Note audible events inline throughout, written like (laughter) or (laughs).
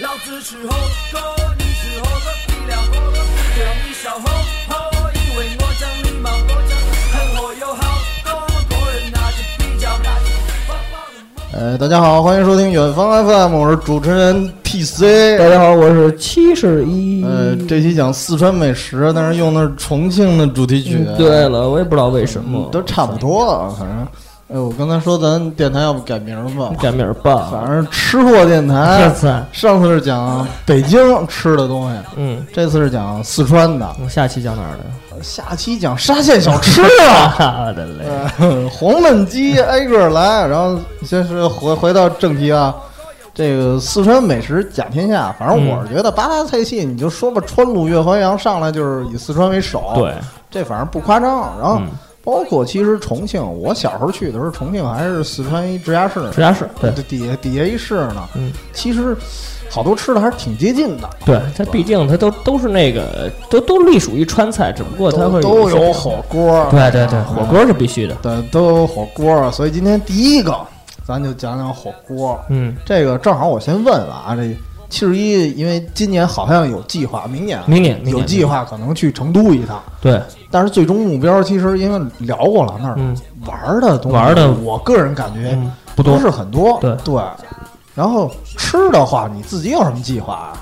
老子吃火锅，你吃火锅底料火锅，让你笑呵呵，因为我讲礼貌，我讲很火有好多，个人那就比较那就棒棒的我。呃，大家好，欢迎收听远方 FM，我是主持人 PC。大家好，我是七十一。呃，这期讲四川美食，但是用的是重庆的主题曲。嗯对了，我也不知道为什嗯，么，都差不多了，反正。哎，我刚才说咱电台要不改名儿吧，改名儿吧。反正吃货电台 (laughs) 这。次，上次是讲北京吃的东西，嗯，这次是讲四川的，我下期讲哪儿的？下期讲沙县小吃 (laughs) 啊。哈的嘞，呃， (laughs) 黄焖鸡挨个儿来，然后先是回回到正题啊，这个四川美食甲天下，反正嗯我是觉得八大菜系，你就说吧，川鲁粤淮扬上来就是以四川为首，对，这反正不夸张。然后嗯包括其实重庆，我小时候去的时候，重庆还是四川一直辖市呢，直辖市，对对底下底下一市呢，嗯其实好多吃的还是挺接近的。对，它毕竟它都都是那个，都都隶属于川菜，只不过它都会都一些有嗯火，锅，啊对对对，火锅是必须的。对，都有火锅，所以今天第一个，咱就讲讲火锅。嗯，这个正好我先问问啊，这七十一，因为今年好像有计划，明年啊明年明年有计划可能去成都一趟，对，但是最终目标其实因为聊过了那儿、嗯玩儿的东西，玩儿的我个人感觉嗯，不多哎不，是很多，对然后吃的话，你自己有什么计划啊？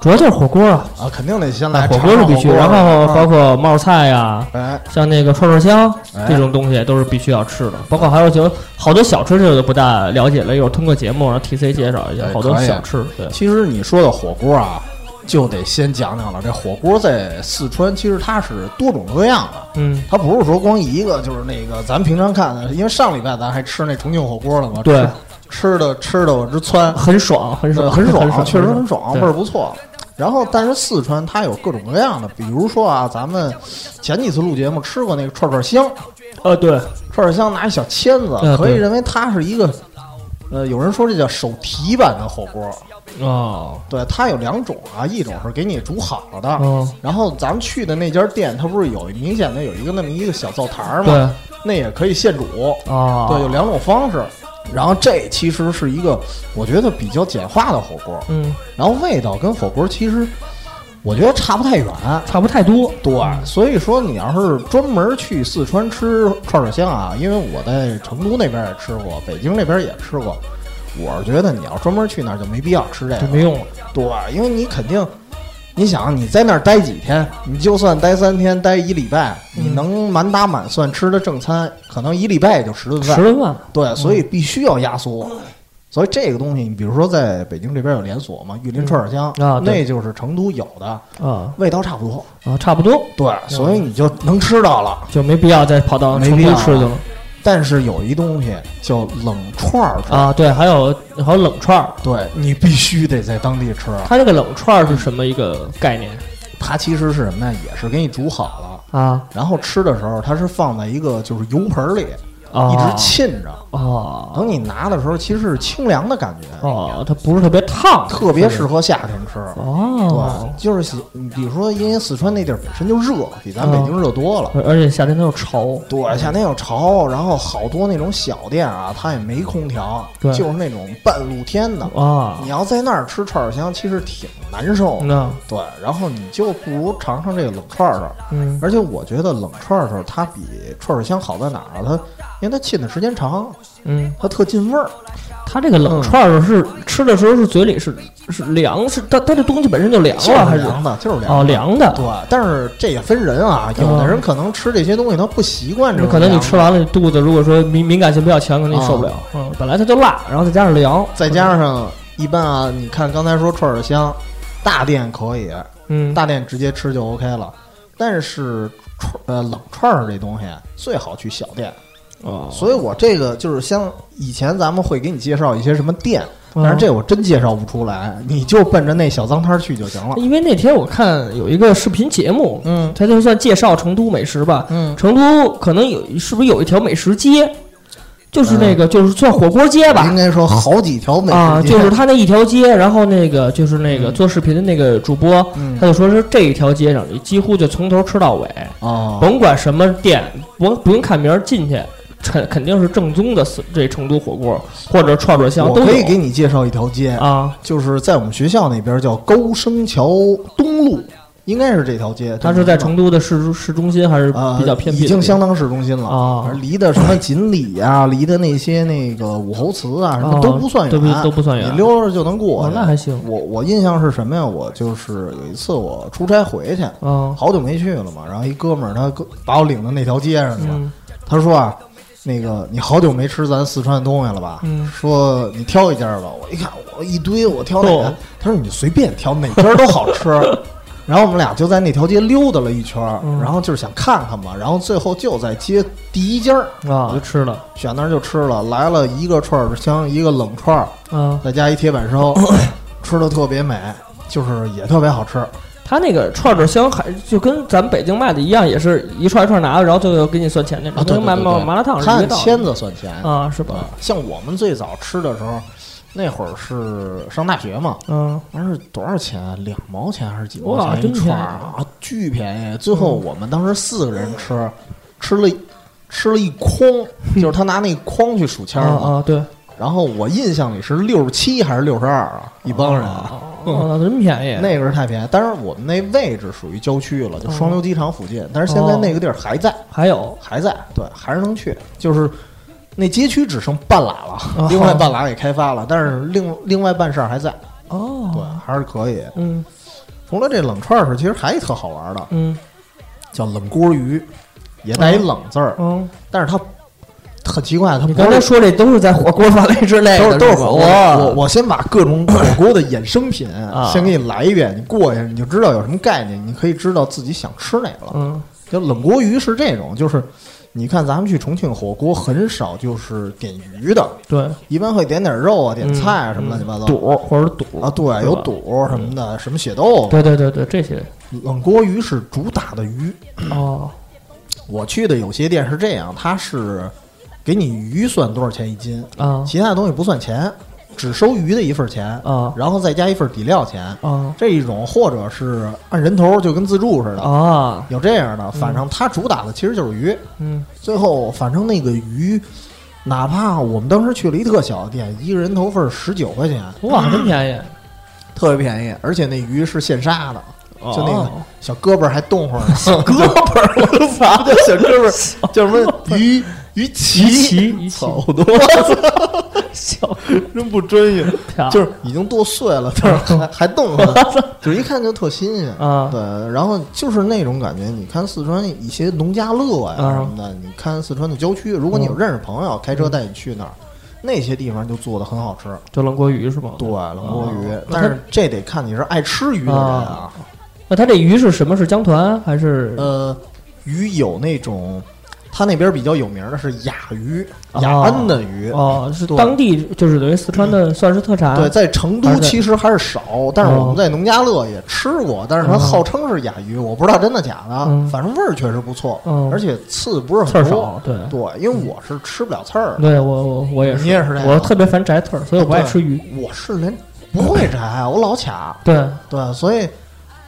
主要就是火锅啊，啊，肯定得先来哎火尝锅是尝必须，火啊嗯然后包括、括冒菜啊呀。哎，像那个串串香哎这种东西都是必须要吃的，包括还有就好多小吃，这个就不大了解了。一会儿通过节目让 TC 介绍一下哎好多可以小吃。对，其实你说的火锅啊，就得先讲讲了。这火锅在四川其实它是多种多样的，嗯，它不是说光一个，就是那个咱们平常看的，因为上礼拜咱还吃那重庆火锅了嘛，对吃，吃的吃的我直窜，很爽，很呃爽，很爽，爽，确实很爽，啊味对儿不错。然后，但是四川它有各种各样的，比如说啊，咱们前几次录节目吃过那个串串香，呃，对，串串香拿一小签子，啊可以对认为它是一个，呃，有人说这叫手提版的火锅，哦，对，它有两种啊，一种是给你煮好了的，嗯然后咱们去的那家店，它不是有明显的有一个那么一个小灶台儿对吗？那也可以现煮，啊哦，对，有两种方式。然后这其实是一个我觉得比较简化的火锅，嗯，然后味道跟火锅其实我觉得差不太远。差不太多，对，所以说你要是专门去四川吃串串香啊，因为我在成都那边也吃过，北京那边也吃过，我是觉得你要专门去那儿就没必要吃这个就，没用了。对，啊因为你肯定，你想你在那儿待几天，你就算待三天，待一礼拜，嗯你能满打满算吃的正餐，可能一礼拜也就十顿十饭。顿嗯饭，对，所以必须要压缩。所以这个东西，你比如说在北京这边有连锁嘛，玉林串串香啊对那就是成都有的，啊味道差不多。啊，差不多对，所以你就能吃到了。就没必要再跑到没成必都要吃去了但是有一东西叫冷串儿串儿，啊。对，还有还有冷串儿，对你必须得在当地吃。啊它这个冷串儿是什么一个概念它其实是什么呀？也是给你煮好了。啊？然后吃的时候，它是放在一个就是油盆里，啊，一直浸着。哦等你拿的时候，其实是清凉的感觉，哦，它不是特别烫，特别适合夏天吃。哦对，，就是喜比如说，因为四川那地儿本身就热，比咱北啊京热多了。而而且夏天它又潮，对，夏天又潮，然后好多那种小店啊，它也没空调，对就是那种半露天的。啊你，要在那儿吃串儿香，其实挺难受的。那对，然后你就不如尝尝这个冷串串。嗯而且我觉得冷串串它比串串香好在哪儿啊？它因为它浸的时间长，嗯，它特进味儿。它这个嗯冷串儿是吃的时候是嘴里是是凉，是它它这东西本身就凉就了还是？凉的，就是凉的哦，。凉的，对，但是这也分人啊，有的人可能吃这些东西他不习惯这你种可凉的，能你吃完了，你肚子如果说敏敏感性比较强，可能你受不了。嗯，本来它就辣，然后再加上凉，啊再加上一般啊，你看刚才说串串香，大店可以，嗯，大店直接吃就 OK 了。但是串呃冷串儿这东西最好去小店，哦，所以我这个就是像以前咱们会给你介绍一些什么店，嗯但是这我真介绍不出来，你就奔着那小脏摊儿去就行了。因为那天我看有一个视频节目，嗯它就算介绍成都美食吧，嗯，成都可能有是不是有一条美食街，就是那个、就是算火锅街吧嗯应，该说好几条美食街哦啊，就是他那一条街，然后那个就是那个做视频的那个主播，嗯他就说是这一条街上，你几乎就从头吃到尾，哦甭管什么店，甭不用看名儿进去，肯肯定是正宗的四这成都火锅或者串串香我都可以给有你介绍一条街，啊。就是在我们学校那边叫高升桥东路，应该是这条街。它是在成成都的市市中心还是比较偏僻的地方？啊已经相当市中心了啊而离的什么锦里啊，离的那些那个武侯祠啊，什么啊都不算都不远，都不算远你溜达就能过哦去。那还行我我印象是什么呀？我就是有一次我出差回去，啊好久没去了嘛，然后一哥们儿他哥把我领到那条街上去了，嗯他说啊。那个，你好久没吃咱四川的东西了吧？嗯说你挑一家吧。我一看，我一堆，我挑哪哦个？他说你随便挑，哪家都好 (laughs) 吃。然后我们俩就在那条街溜达了一圈儿，嗯然后就是想看看嘛。然后最后就在街第一家儿啊，就吃了选那儿就吃了，来了一个串儿香，一个冷串儿，啊。再加一铁板 (laughs) 烧，吃的特别美，就是也特别好吃。它那个串串香还就跟咱们北京卖的一样，也是一串一串拿的，然后最后给你算钱那种，啊，对跟对麻对麻对麻辣烫是他一个按道签理子算钱啊，是吧啊？。像我们最早吃的时候，那会儿是上大学嘛，嗯，完是多少钱啊？两毛钱还是几毛哇钱一真串儿便嗯啊？巨便宜！最后我们当时四个人吃，吃了一吃了一筐，就是他拿那筐去数签啊儿嘛。啊， (laughs) 对，然后我印象里是六十七还是六十二啊？一帮人，哦，真便宜。那个是太便宜。但是我们那位置属于郊区了，就双流机场附近。但是现在哦那个地儿还在，还有还在，对，还是能去。就是那街区只剩半拉了哦，另外半拉给开发了，但是另另外半扇儿还在，对哦，，还是可以。嗯除了这冷串儿是，其实还一特好玩的，嗯叫冷锅鱼，也带一冷字儿，嗯，但是它很奇怪，它你不刚才是说这都是在火锅范围之内都的，是都是吧火锅。嗯我我先把各种火锅的衍生品啊先给你来一遍，你过一下你就知道有什么概念，你可以知道自己想吃哪个了。嗯就冷锅鱼是这种，就是你看咱们去重庆火锅很少就是点鱼的，对一般会点点肉啊、点菜啊嗯什么乱七八糟肚或者肚啊，对，有，肚什么的，什么血豆是吧。嗯对对对对，这 (clears throat) 些冷锅鱼是主打的鱼，哦我去的有些店是这样，它是给你鱼算多少钱一斤，啊其他的东西不算钱，只收鱼的一份钱啊然后再加一份底料钱。啊这一种或者是按人头就跟自助似的，啊，有这样的，反正它主打的其实就是鱼。嗯最后反正那个鱼，哪怕我们当时去了一特小的店，一个人头份十九块钱，哇，真便宜， (laughs) 特别便宜，而且那鱼是现杀的。就那个哦小胳膊还动会儿呢，小胳膊儿，我操，叫小胳膊儿，叫什么鱼鱼鱼鳍鱼鳍，鳍草多，我操小真不专业，票就是已经剁碎了，但是还还动会儿，就是一看就特新鲜啊对，然后就是那种感觉，你看四川一些农家乐呀啊什么的，你看四川的郊区，如果你有嗯认识朋友，开车带你去那儿，那些地方就做的很好吃。就冷锅鱼是吗？对，冷锅鱼哦，但是这得看你是爱吃鱼的人啊。那它这鱼是什么？是江团还是呃，鱼有那种，它那边比较有名的是雅鱼，哦雅安的鱼。哦，是呃对嗯当地就是等于四川的算是特产。对，在成还都是在其实还是少，但是我哦们在农家乐也吃过，但是它号称是雅鱼，我不知道真的假的，嗯反正味儿确实不错，嗯而且刺不是刺儿很少多。，对嗯对，因为我是吃不了刺儿的，对，我我我也是，你也是这样我特别烦摘刺儿，所以我不爱对吃鱼。我是连不会摘，我老卡。对，对，所以，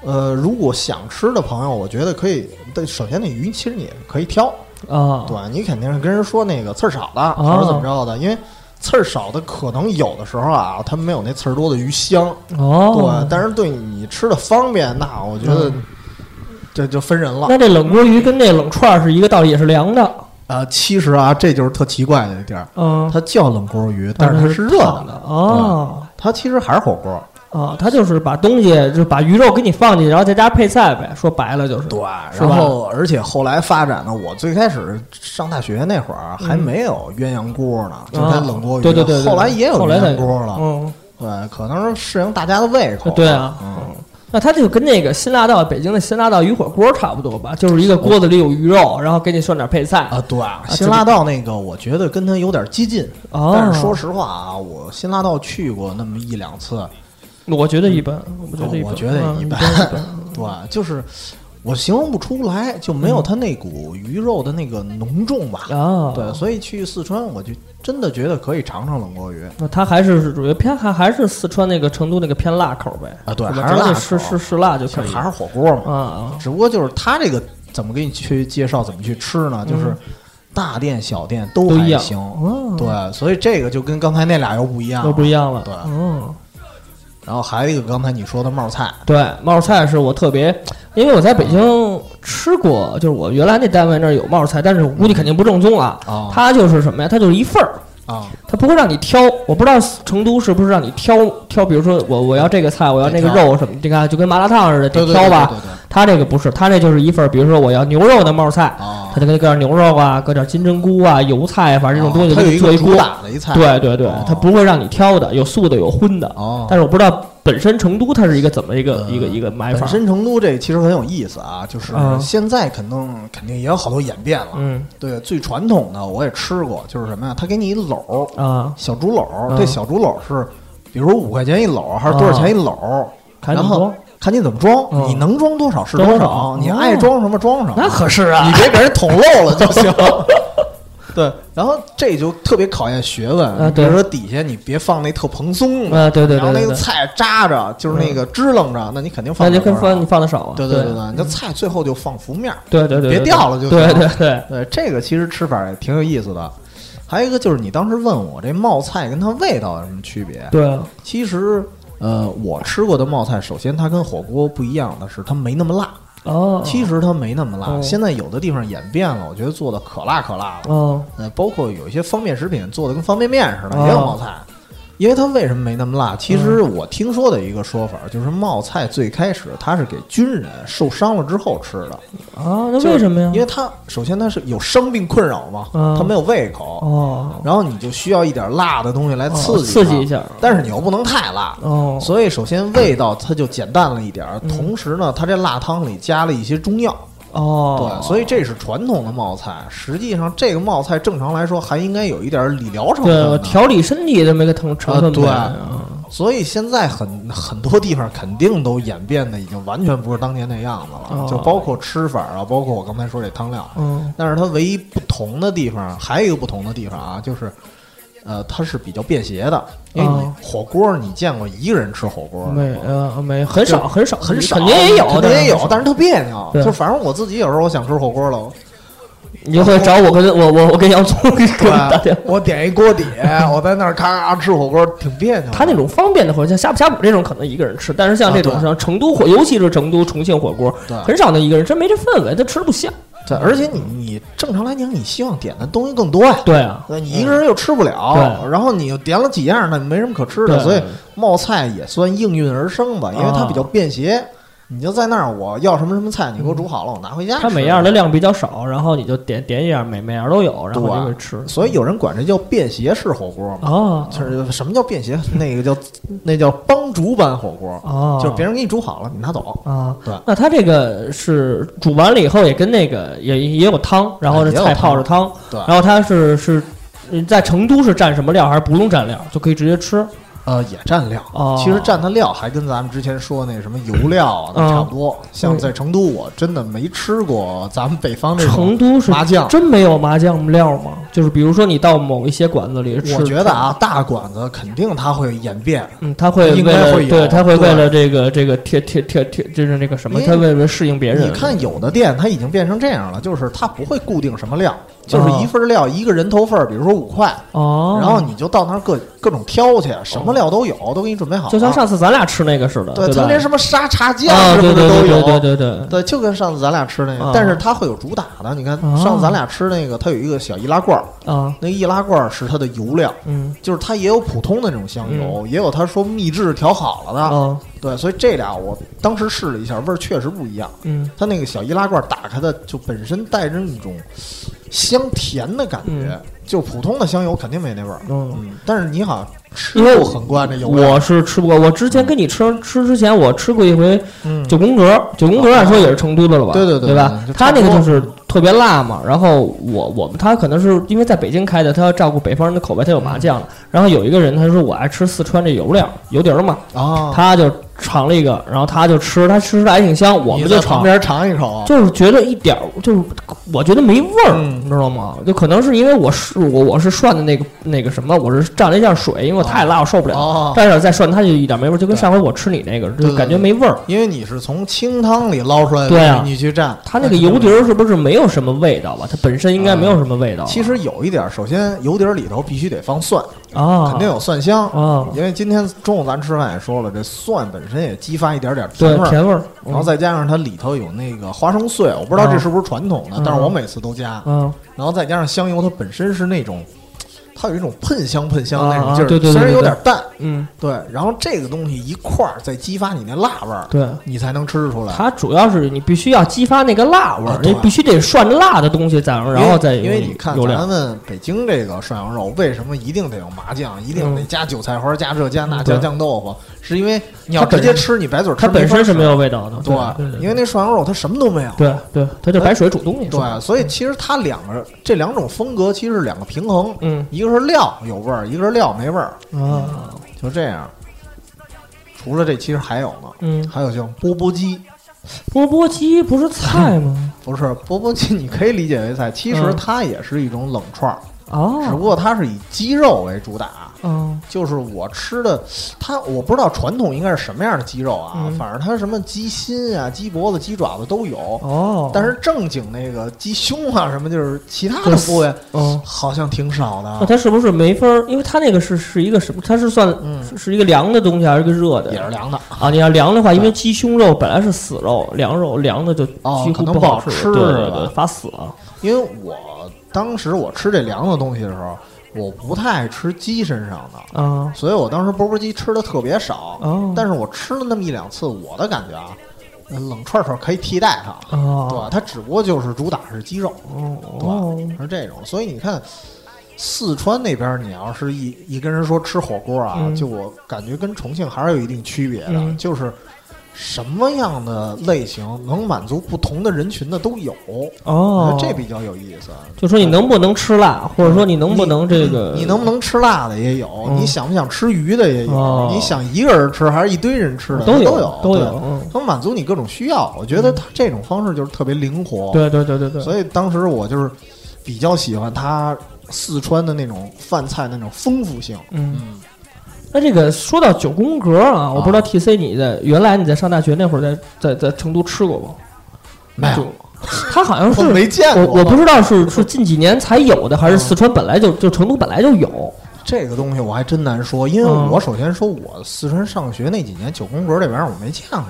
呃，如果想吃的朋友，我觉得可以。但首先，那鱼其实你也可以挑，啊，哦对你肯定是跟人说那个刺儿少的，或者怎么着的，因为刺儿少的可能有的时候啊，它没有那刺儿多的鱼香。对哦，，但是对你吃的方便，那我觉得嗯这就分人了。那这冷锅鱼跟那冷串儿是一个道理，也是凉的。啊，其实啊，这就是特奇怪的地儿，嗯，它叫冷锅鱼，但是它是热烫的，嗯哦它其实还是火锅。哦，它就是把东西，就是把鱼肉给你放进去，然后再加配菜呗。说白了就是，对，是然吧后而且后来发展呢，我最开始上大学那会儿啊还没有鸳鸯锅呢，就嗯啊是冷锅鱼。对对对，对后来也有后鸳来才�鸯锅了。嗯，对，可能是适应大家的胃口吧。对啊嗯，那它就跟那个辛辣道北京的辛辣道鱼火锅差不多吧，就是一个锅子里有鱼肉，然后给你涮点配菜。啊，对，辛辣道那个，我觉得跟它有点激进，哦但是说实话啊，我辛辣道去过那么一两次，我觉得一般，我觉得一般，我觉得嗯一一般般。对，就是我形容不出来，就没有它那股鱼肉的那个浓重吧。 (laughs) 啊，对，所以去四川，我就真的觉得可以尝尝冷锅鱼。那它还是主要偏还还是四川那个成都那个偏辣口呗啊对是吧还是辣只要你口吃吃吃辣就可以，还是火锅嘛，啊啊只不过就是它这个怎么给你去介绍怎么去吃呢？就是大店小店都嗯都一还样行。哦对，所以这个就跟刚才那俩又不一样又了。不一样了。对嗯，然后还有一个刚才你说的冒菜，对，冒菜是我特别，因为我在北京吃过，就是我原来那单位那儿有冒菜，但是我估计肯定不正宗啊。啊它就是什么呀？它就是一份儿，啊，它不会让你挑。我不知道成都是不是让你挑挑，比如说我我要这个菜，我要那个得挑肉什么，这个就跟麻辣烫似的，对得对挑对吧。对对对它这个不是，它这就是一份儿，比如说我要牛肉的冒菜，啊它，就给你搁点牛肉啊，搁点金针菇啊、油菜，反正这种东西它给哦有你一做个一主锅。打的一菜，对对对哦，它不会让你挑的，有素的，有荤的。哦，但是我不知道本身成都它是一个怎么一个嗯一个一个买法本。身成都这其实很有意思啊，就是嗯现在肯定肯定也有好多演变了。嗯对，最传统的我也吃过，就是什么呀？他给你一篓儿，啊，小竹篓儿，嗯这小竹篓儿是，比如说五块钱一篓儿，还是多少钱一篓儿？嗯看然你后装看你怎么装，嗯你能装多少是多少少，你哦爱装什么装什么。那可是啊你，别给人捅漏了就 (laughs) 行。对，然后这就特别考验学问。啊比对如说底下你别放那特蓬松的，啊对嗯对对然后那对个对菜扎着，就是那个支棱着，那你肯定放那不了就多跟少。放你放的少啊。对对对对，你这菜最后就放浮面儿。对对对，别对掉了就行对对对，对，这个其实吃法也挺有意思的。还有一个就是你当时问我这冒菜跟它味道有什么区别？对其实，呃，我吃过的冒菜，首先它跟火锅不一样的是，它没那么辣。哦，其实它没那么辣。哦现在有的地方演变了，我觉得做的可辣可辣了。哦呃，包括有一些方便食品做的跟方便面似的，哦嗯也有冒菜。因为它为什么没那么辣？其实我听说的一个说法就是，冒菜最开始它是给军人受伤了之后吃的。啊，那就是为什么呀？因为它首先它是有生病困扰嘛，嗯它没有胃口，哦然后你就需要一点辣的东西来刺激、哦刺激一，下但是你又不能太辣。哦嗯所以，首先味道它就减淡了一点儿，同时呢，它这辣汤里加了一些中药，哦，对，所以这是传统的冒菜。实际上，这个冒菜正常来说还应该有一点儿理疗成分对的我调理身体这么一个成成分呗。啊对所以现在很很多地方肯定都演变的已经完全不是当年那样子了，哦就包括吃法啊，包括我刚才说这汤料，嗯但是它唯一不同的地方，还有一个不同的地方啊，就是，呃，它是比较便携的，因为哦你火锅你见过一个人吃火锅嗯，吗没呃没很就少很少很少，肯定也有啊肯定也有，但是特别扭。对就反正我自己有时候我想吃火锅 (laughs) 了，你就会找我跟我我我 (laughs) 跟洋葱给对我打电话。我点一锅底，我在那儿咔咔吃火锅，挺别扭的。他那种方便的火锅，像呷哺呷哺这种可能一个人吃，但是像这种啊对像成都火，尤其是成都、重庆火锅对，很少能一个人，真没这氛围，他吃不下。对，而且你你正常来讲，你希望点的东西更多呀。对啊，对你一个人又吃不了，嗯对然后你又点了几样，那没什么可吃的，对所以冒菜也算应运而生吧，因为它啊比较便携。你就在那儿，我要什么什么菜，你给我煮好了，我拿回家。它每样的，量比较少，然后你就点点一样，每每样都有，然后啊就会吃。所以有人管这叫便携式火锅嘛。啊就是什么叫便携？那个叫那叫帮主版火锅，啊，就是别人给你煮好了，你拿走。啊对，那它这个是煮完了以后也跟那个也也有汤，然后啊是也有菜泡着汤，对然后它是是。嗯在成都是蘸什么料，还是不用蘸料就可以直接吃？呃，也蘸料哦，其实蘸的料还跟咱们之前说那什么油料啊那嗯差不多。像在成都，我真的没吃过咱们北方这种成都是哦麻酱，真没有麻酱料吗？就是比如说你到某一些馆子里哎吃，我觉得啊，大馆子肯定它会演变，嗯，他会应为该了会有对，他会对为了这个这个贴贴贴贴，就是那个什么，因为他为了适应别人。你看有的店它已经变成这样了，就是它不会固定什么料，就是哦一份料一个人头份儿，比如说五块，哦，然后你就到那儿各各种挑去，什么料都有，都给你准备好了。就像上次咱俩吃那个似的，对，对它吧？连什么沙茶酱啊，什对么的对都对对有。对对对，对，就跟上次咱俩吃那个啊，但是它会有主打的。你看啊上次咱俩吃那个，它有一个小易拉罐儿，啊，那易拉罐儿是它的油料，嗯就是它也有普通的那种香油，也有它说秘制调好了的。啊对，所以这俩我当时试了一下，味儿确实不一样。嗯它那个小易拉罐打开的，就本身带着一种香甜的感觉，嗯就普通的香油肯定没那味儿。嗯。嗯，但是你好像吃因为过我很惯这油料，我是吃不过，我之前跟你吃吃之前，我吃过一回嗯，哦九宫格，九宫格按啊说也是成都的了吧？对对对对吧对就？他差不那多个就是特别辣嘛。然后我我们他可能是因为在北京开的，他要照顾北方人的口味，他有麻酱了。嗯然后有一个人他说我爱吃四川这油料油碟儿嘛，啊，他就尝了一个，然后他就吃，他吃的还挺香，我你们在就旁尝，边尝一口，啊就是觉得一点儿就是我觉得没味儿，嗯你知道吗？就可能是因为我是我我是涮的那个那个什么，我是蘸了一下水，因为我太辣我受不了，哦蘸点再涮它就一点没味儿，就跟对上回我吃你那个对就感觉没味儿。因为你是从清汤里捞出来的，对啊你去蘸，它那个油碟儿是不是没有什么味道吧？它本身应该没有什么味道吧。嗯其实有一点儿，首先油底儿里头必须得放蒜，啊，肯定有蒜香。啊因为今天中午咱吃饭也说了，这蒜本身也激发一点点对味儿，甜味儿。然后再加上它里头有那个花生碎，我不知道这是不是传统的，嗯但是我每次都加。嗯然后再加上香油，它本身是那种，它有一种喷香喷香啊那种劲儿，啊对对对虽然有点淡，嗯，对。然后这个东西一块儿再激发你那辣味儿，对，你才能吃出来。它主要是你必须要激发那个辣味儿啊，对你必须得涮着辣的东西再，然后再因为因为你看有咱料。们北京这个涮羊肉，为什么一定得有麻酱，一定嗯得加韭菜花、加这加那、嗯加对酱豆腐？是因为你要它本直接吃，你白嘴吃它本身是没有有味道的，对对，对因为那涮羊肉它什么都没有。对对，它就是白水煮东西。是吧对，所以其实它两个这两种风格其实是两个平衡，嗯一个是料有味儿，一个是料没味儿，啊就这样。除了这，其实还有呢，嗯，还有像钵钵鸡，钵钵鸡不是菜吗？不是钵钵鸡，你可以理解为菜，其实嗯它也是一种冷串儿，只不哦过它是以鸡肉为主打。哦就是我吃的，它我不知道传统应该是什么样的鸡肉啊，嗯反正它什么鸡心啊、鸡脖子、鸡爪子都有，哦，但是正经那个鸡胸啊什么，就是其他就的是部位嗯。好像挺少那的，它是不是没法儿？因为它那个是是一个什么？它是算嗯是是一个凉的东西还是一个热的？也是凉的，啊！你要凉的话，因为鸡胸肉本来是死肉，凉肉凉的就哦几可乎能不不好好吃是对对吧对，发死了。因为我当时我吃这凉的东西的时候，我不太爱吃鸡身上的，啊所以我当时钵钵鸡吃的特别少，哦但是我吃了那么一两次，我的感觉啊，呃冷串串可以替代它，对吧啊！？它只不过就是主打是鸡肉。哦对吧？是这种，所以你看，四川那边儿你要是一一跟人说吃火锅啊，嗯就我感觉跟重庆还是有一定区别的，嗯就是什么样的类型能满足不同的人群的都有，我，哦觉得这比较有意思。啊就说你能不能吃辣，或者说你能不能这个，嗯你能不能吃辣的也有，嗯你想不想吃鱼的也有，哦你想一个人吃还是一堆人吃的都有有都都有，嗯能满足你各种需要。我觉得他这种方式就是特别灵活，对对对对对，所以当时我就是比较喜欢它四川的那种饭菜那种丰富性。嗯。嗯，那这个说到九宫格啊，我不知道 T C 你在原来你在上大学那会儿在在在成都吃过不？没有就，他好像 (laughs) 是我没见我过。我不知 (laughs) 道是是近几年才有的，还是嗯四川本来就就成都本来就有这个东西，我还真难说，因为嗯我首先说，我四川上学那几年，九宫格这玩意儿我没见过，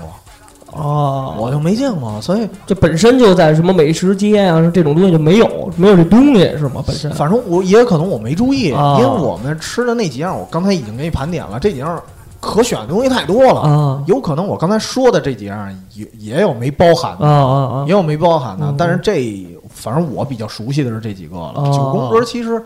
哦，我就没见过，所以这本身就在什么美食街啊这种东西就没有，没有这东西是吗？本身反正我也可能我没注意，啊因为我们吃的那几样，我刚才已经给你盘点了，这几样可选的东西太多了，啊有可能我刚才说的这几样也也有没包含的啊。啊啊也有没包含的嗯，但是这反正我比较熟悉的是这几个了。哦九宫格其实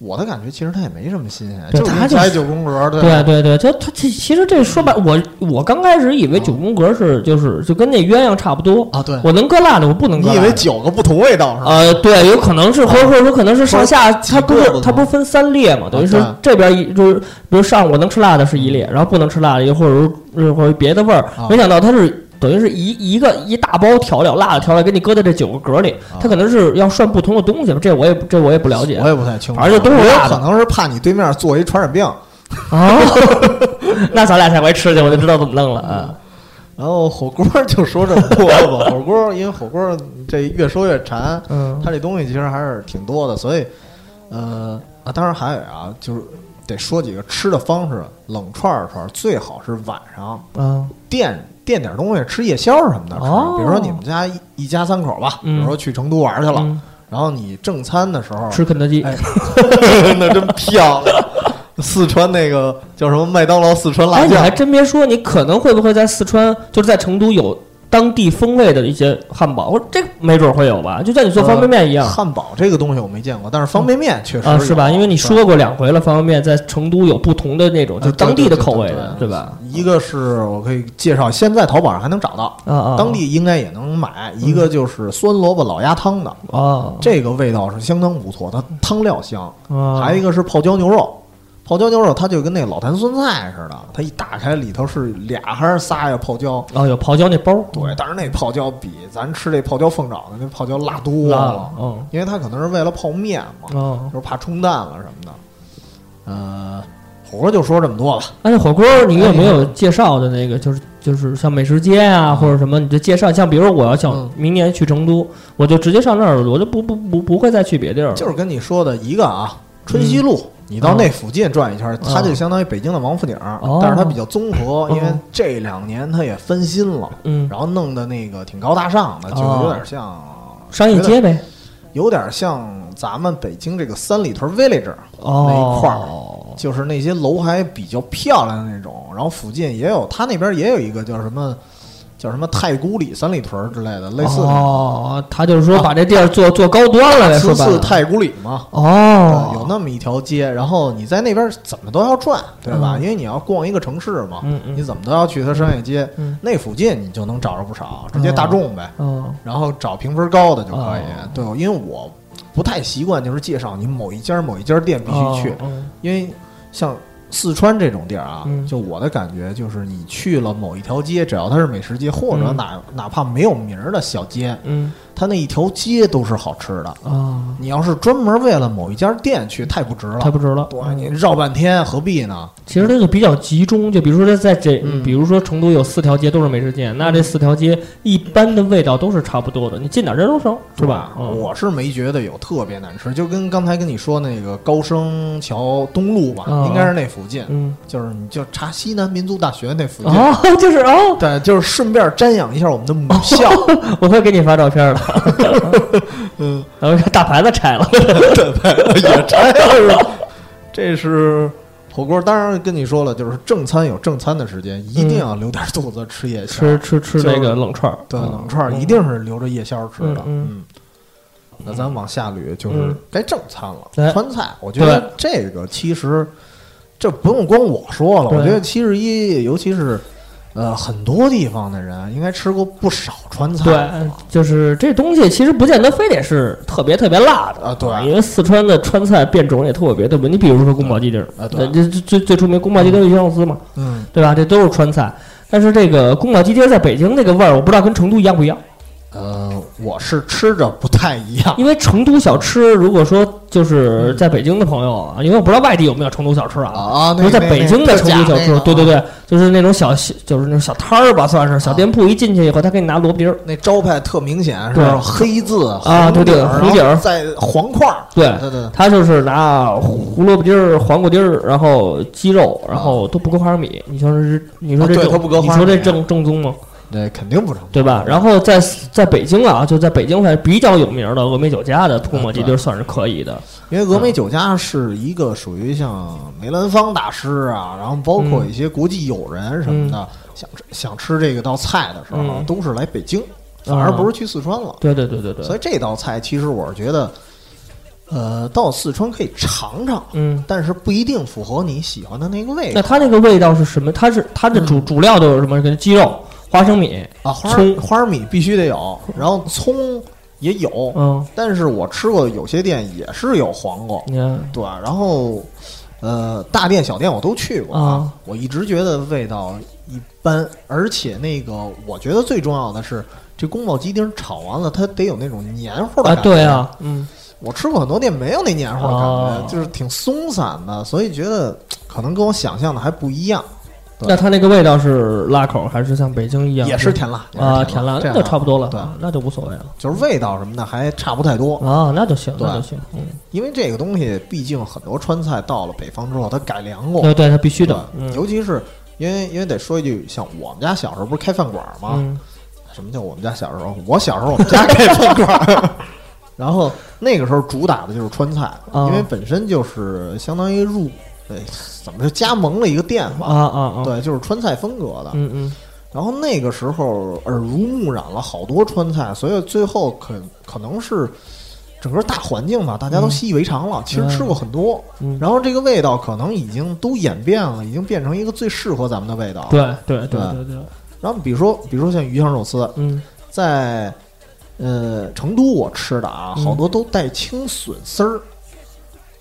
我的感觉其实它也没什么新鲜，对是它你就是猜九宫格，对对吧对对，这它其其实这说白，我我刚开始以为九宫格是就是就跟那鸳鸯差不多，啊，对，我能搁辣的，我不能搁你以辣的。为九个不同味道是吧？呃，对，有可能是，或者或者说可能是上下，它不啊几个是不同它不是分三列嘛，等于是啊这边一就是，比如上我能吃辣的是一列，然后不能吃辣的，又或者说或者别的味儿啊，没想到它是。等于是一一个一大包调料，辣的调料给你搁在这九个格里，它可能是要涮不同的东西吧，这我也不这我也不了解啊我也不太清楚，反正就都是我辣有的可能是怕你对面做一传染病。啊。 (laughs) 那咱俩下回吃去，我就知道怎么弄了啊。然后火锅就说这么多吧， (laughs) 火锅因为火锅这越说越馋，嗯它这东西其实还是挺多的，所以呃啊，当然还有啊，就是得说几个吃的方式，冷串儿串儿最好是晚上。嗯垫垫点东西，吃夜宵什么的吃。哦比如说你们家一一家三口吧，嗯比如说去成都玩去了，嗯然后你正餐的时候吃，肯德基哎， (laughs) 那真漂亮。四川那个叫什么麦当劳四川辣哎，你酱还，真别说，你可能会不会在四川，就是在成都有当地风味的一些汉堡，我这没准会有吧？就像你做方便面一样、呃汉堡这个东西我没见过，但是方便面确实啊，有是吧？因为你说过两回了，方便面在成都有不同的那种，啊对就当地的口味对的，对对对吧？一个是我可以介绍，现在淘宝上还能找到，啊啊，当地应该也能买。一个就是酸萝卜老鸭汤的，啊，这个味道是相当不错，它汤料香。啊还有一个是泡椒牛肉，泡椒牛肉它就跟那老坛酸菜似的，它一打开里头是俩还是仨呀泡椒。哦，有泡椒那包，对，但是那泡椒比咱吃这泡椒凤爪的那泡椒辣多辣了了，嗯因为它可能是为了泡面嘛，哦就，是怕冲淡了什么的。呃，火锅就说这么多吧。哎哎那、这火锅你有没有介绍的那个？就是就是像美食街啊或者什么，你就介绍，像比如我要想嗯明年去成都，我就直接上那儿了，我就不不不不会再去别地儿了。就是跟你说的一个啊，春熙路，嗯你到那附近转一圈，它就相当于北京的王府井，哦但是它比较综合，嗯因为这两年它也翻新了，嗯，然后弄的那个挺高大上的，就哦有点像、商业街呗。有点像咱们北京这个三里屯 Village，哦，那一块儿就是那些楼还比较漂亮的那种，然后附近也有，它那边也有一个叫什么叫什么太古里三里屯之类的，类似的。哦，他就是说把这地儿做做高端了呗，说十白四了。太古里嘛，哦，有那么一条街，然后你在那边怎么都要转，对吧？嗯因为你要逛一个城市嘛，嗯嗯你怎么都要去它商业街，嗯那附近你就能找着不少，直接大众呗，哦，然后找评分高的就可以。哦对，因为我不太习惯就是介绍你某一家某一家店必须去，哦嗯因为像。四川这种地儿啊，嗯就我的感觉就是，你去了某一条街，只要它是美食街，或者嗯哪、哪怕没有名儿的小街，嗯它那一条街都是好吃的。啊，你要是专门为了某一家店去，太不值了。太不值了。对，嗯你绕半天何必呢？其实它就比较集中，就比如说它在这，嗯比如说成都有四条街都是美食街，那这四条街一般的味道都是差不多的，你进哪儿这都成，是吧？嗯我是没觉得有特别难吃，就跟刚才跟你说那个高升桥东路吧，嗯应该是那附近，嗯，就是你就查西南民族大学那附近。哦， (laughs) 就是哦，对，就是顺便瞻仰一下我们的母 (laughs) 校，我会给你发照片的。 (laughs) (laughs) 嗯，然后大牌子拆了，也拆了是吧？ (laughs) 这是火锅，当然跟你说了，就是正餐有正餐的时间，一嗯定要留点肚子吃夜宵。吃吃吃就是那个冷串儿，对，嗯冷串儿嗯一定是留着夜宵吃的。嗯嗯，那咱往下捋，就是嗯该正餐了。哎川菜，我觉得这个其实这不用光我说了，对我觉得七十一，尤其是呃很多地方的人，应该吃过不少川菜。对，就是这东西其实不见得非得是特别特别辣的啊对因为四川的川菜变种也特别特别，你比如说宫保鸡丁儿呃啊对这这最最出名宫保鸡丁儿鱼香肉丝嘛，嗯，对吧？这都是川菜。但是这个宫保鸡丁在北京那个味儿，我不知道跟成都一样不一样，呃，我是吃着不太一样。因为成都小吃，如果说就是在北京的朋友啊，因为我不知道外地有没有成都小吃嗯啊啊，啊，比那如在那北京的那成都小吃那，对对啊对，就是那种小就是那种小摊儿吧，算是小店铺，一进去以后，他给你拿萝卜丁儿，那招牌特明显，是对黑字啊对对红底儿在黄块儿，对对对，他就是拿胡萝卜丁儿、黄瓜丁儿，然后鸡肉，然后都不搁花生米。你说是你说这啊对正、他不搁你花生说米这正正宗吗？对，肯定不成。对吧？然后在在北京啊，就在北京还比较有名的峨眉酒家的宫保鸡丁算是可以的。因为峨眉酒家是一个属于像梅兰芳大师啊，然后包括一些国际友人什么的，想吃想吃这个道菜的时候，嗯都是来北京，反而不是去四川了。对对对对所对，以这道菜其实我是觉得，呃，到四川可以尝尝，嗯。但是不一定符合你喜欢的那个味那道它那个味道是什么？它是它的嗯主、主料都有什么？跟鸡肉、花生米，啊。花葱花生米必须得有，然后葱也有，嗯，但是我吃过的有些店也是有黄瓜，你看，对，啊然后呃，大店小店我都去过啊我一直觉得味道一般，而且那个我觉得最重要的是。这宫保鸡丁炒完了，它得有那种黏糊的啊，感觉。对，啊，嗯，我吃过很多店没有那黏糊的感觉，哦就是挺松散的，所以觉得可能跟我想象的还不一样，对那它那个味道是辣口还是像北京一样？也是甜辣也啊，是甜辣，这那样啊就差不多了，啊对，那就无所谓了就是味道什么的还差不太多，啊，那就行，对那就行，嗯，因为这个东西毕竟很多川菜到了北方之后它改良过，对对，它必须哦对的，嗯，尤其是因为因为得说一句，像我们家小时候不是开饭馆吗？嗯什么叫我们家小时候？我小时候我们家开饭馆， (laughs) 然后那个时候主打的就是川菜，啊因为本身就是相当于入，哎，怎么说加盟了一个店啊吧。啊啊，对，就是川菜风格的，嗯嗯，然后那个时候耳濡目染了好多川菜，所以最后可可能是整个大环境吧，大家都嗯习以为常了。其实吃过很多，嗯然后这个味道可能已经都演变了，已经变成一个最适合咱们的味道。，对对对嗯对对对，然后比如说，比如说像鱼香肉丝，嗯在呃成都我吃的啊，嗯好多都带青笋丝儿，，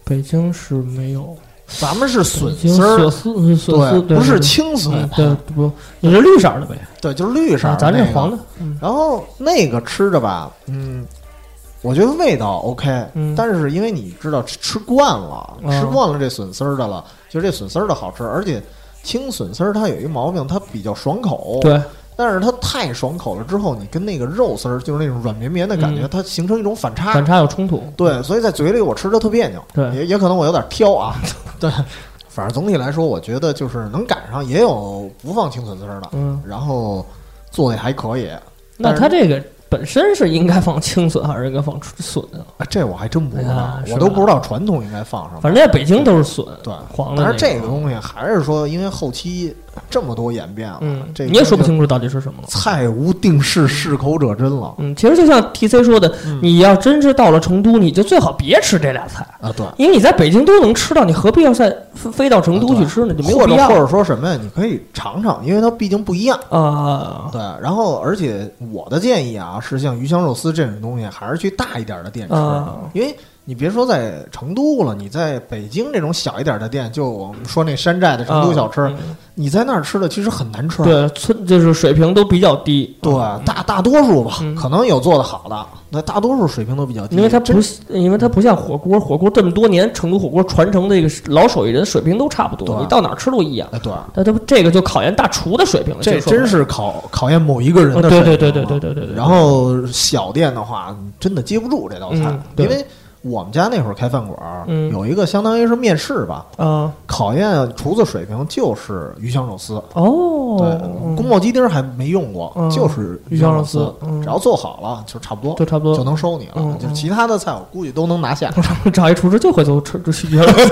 北京是没有咱们是北笋京丝儿笋，丝嗯笋丝，对，不是青，青笋嗯，对不，你是绿色儿的呗，对，就是绿色儿啊的那咱个，这黄的，嗯然后那个吃着吧，嗯，我觉得味道 OK，、嗯但是因为你知道吃吃惯了，嗯吃惯了这笋丝儿的了，就这笋丝儿的好吃，而且青笋丝儿它有一个毛病，它比较爽口。对，但是它太爽口了之后，你跟那个肉丝儿就是那种软绵绵的感觉，嗯它形成一种反差。反差有冲突。对，所以在嘴里我吃着特别扭，对也也可能我有点挑啊， (laughs) 对，反正总体来说，我觉得就是能赶上，也有不放青笋丝儿的，嗯，然后做的也还可以，那但是它这个本身是应该放青笋还是应该放笋啊？啊这我还真不知道，啊是吧我都不知道传统应该放什么。反正在北京都是笋，对，黄的但那是个。这个东西还是说，因为后期这么多演变了，嗯，啊这个你也说不清楚到底是什么了就。菜无定式，适口者真了嗯，其实就像 T C 说的，嗯你要真是到了成都，你就最好别吃这俩菜，啊。对，因为你在北京都能吃到，你何必要再飞飞到成都去吃呢？就没有啊或必者要或者说什么呀？你可以尝尝，因为它毕竟不一样。啊。对，然后而且我的建议啊，是像鱼香肉丝这种东西，还是去大一点的店吃，啊因为你别说在成都了，你在北京这种小一点的店，就我们说那山寨的成都小吃，啊你在那儿吃的其实很难吃。对，村就是水平都比较低，啊对大大多数吧，嗯可能有做的好的，那大多数水平都比较低。因为它不真，因为它不像火锅，火锅这么多年成都火锅传承的这个老手艺人水平都差不多，对你到哪儿吃都一样。哎，对，但它这个就考验大厨的水平了，这说白了真是考考验某一个人哦的对水平、啊对对对对对对对。然后小店的话，你真的接不住这道菜，嗯对因为我们家那会儿开饭馆儿，嗯有一个相当于是面试吧，啊考验厨子水平就是鱼香肉丝。对，嗯哦，宫保鸡丁还没用过，嗯就是鱼香香肉丝丝，嗯只要做好了就差不多，就差不多就能收你了。嗯就其他的菜我估计都能拿下，找一厨师就会做吃吃鱼香 (laughs) 肉丝。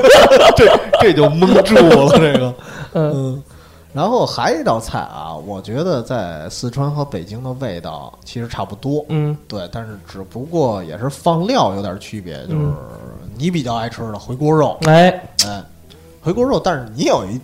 这 (laughs) 这就蒙住了这个。 (laughs) 嗯嗯，然后还有一道菜啊，我觉得在四川和北京的味道其实差不多，嗯对，但是只不过也是放料有点区别，就是嗯你比较爱吃的回锅肉，哎，哎，回锅肉，但是你有一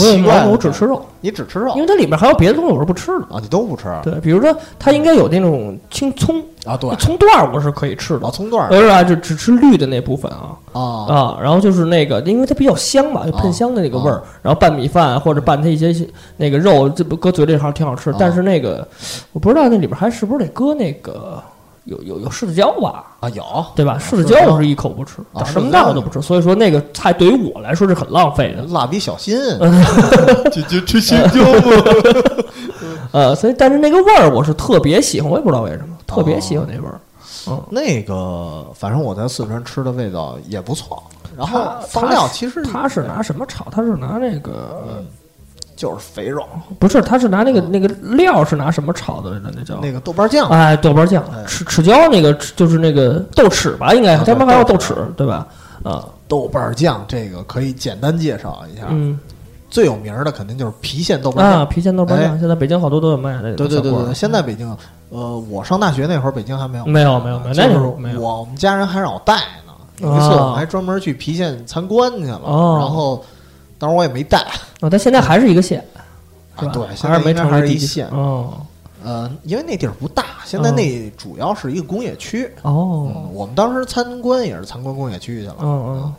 我有奇怪毛的病，我地只儿吃肉，你只吃因肉为它里面还有别的东西，我是不吃的。啊，你都不吃啊？对，比如说它应该有那种青葱，对，葱段儿我是可以吃老的，葱段儿而啊就只吃绿的那部分啊啊，啊，然后就是那个，因为它比较香嘛，就啊喷香的那个味儿，然后拌米饭或者拌它一些那个肉，这不搁嘴里还挺好吃啊。但是那个我不知道那里边还是不是得搁那个有有有柿子椒吧？啊有对吧？柿子是椒的我是一口不吃，啊长这么大我是的都不吃，所以说那个菜对于我来说是很浪费的。蜡笔小新， (laughs) (laughs) 就就吃香蕉吗？呃，所以但是那个味儿我是特别喜欢，我也不知道为什么，特别喜欢那味儿。那个，反正我在四川吃的味道也不错，然它后哦放它料是其实它是拿什么炒？它是拿那个呃就是肥肉，不是，它是拿那个那个料是拿什么炒的？那叫嗯那个豆瓣酱哎豆瓣酱哎、豉豉椒那个就是那个豆豉吧，应该啊他们对还有豆豆豉豉对吧？啊，豆瓣酱这个可以简单介绍一下，嗯最有名儿的肯定就是郫县啊豆瓣嗯酱啊，。郫县豆瓣哎酱现在北京好多都有卖那个对对小对锅对儿嗯对，现在北京，呃，我上大学那会儿，北京还没有，没有没有没有，就那时是候没有。我们家人还让我带呢，有一次我们还专门去郫县参观去了，哦然后当时我也没带啊，但现在还是一个县，啊，吧对，嗯现还在是没应该成还是为地一嗯级县，哦呃，因为那地儿不大，现在那主要是一个工业区，哦嗯，我们当时参观也是参观工业区去了，嗯嗯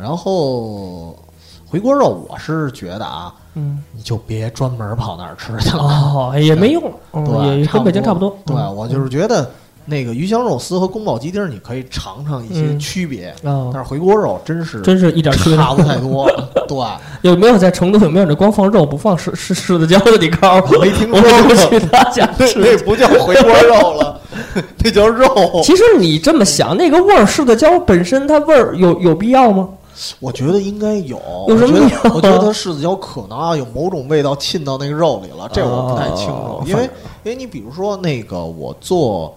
然后回锅肉，我是觉得啊，嗯你就别专门跑那儿吃去了。哦，也没用，嗯对，也跟北京差不多。对，嗯我就是觉得那个鱼香肉丝和宫保鸡丁，你可以尝尝一些嗯区别，但啊，是回锅肉真是真是一点区别都差不太多。 (laughs) 对，有没有在成都有没有这光放肉不放柿柿柿子椒的？你告诉我，没听 (laughs) 我说就过，去他 (laughs) 家吃那。不叫回锅肉 (laughs) 了，那叫肉。其实你这么想，那个味儿柿子椒本身它味儿有有必要吗？我觉得应该有，有什么我理觉由得我觉得柿子椒可能啊有某种味道沁到那个肉里了，这我不太清楚哦，因为因为你比如说那个我做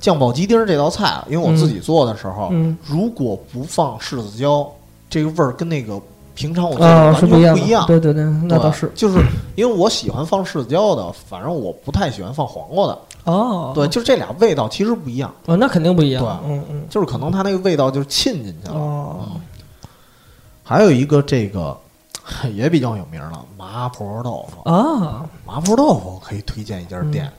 酱爆鸡丁这道菜，因为我自己做的时候，嗯嗯如果不放柿子椒，这个味儿跟那个平常我做的啊，完是全一样不一样的。。对对对，那对倒是。就是因为我喜欢放柿子椒的，反正我不太喜欢放黄瓜的。哦，对，就这俩味道其实不一样，哦，那肯定不一样。对嗯嗯。就是可能它那个味道就沁进去了。哦，还有一个这个 (laughs) 也比较有名了，麻婆豆腐。啊，麻婆豆腐可以推荐一家店，嗯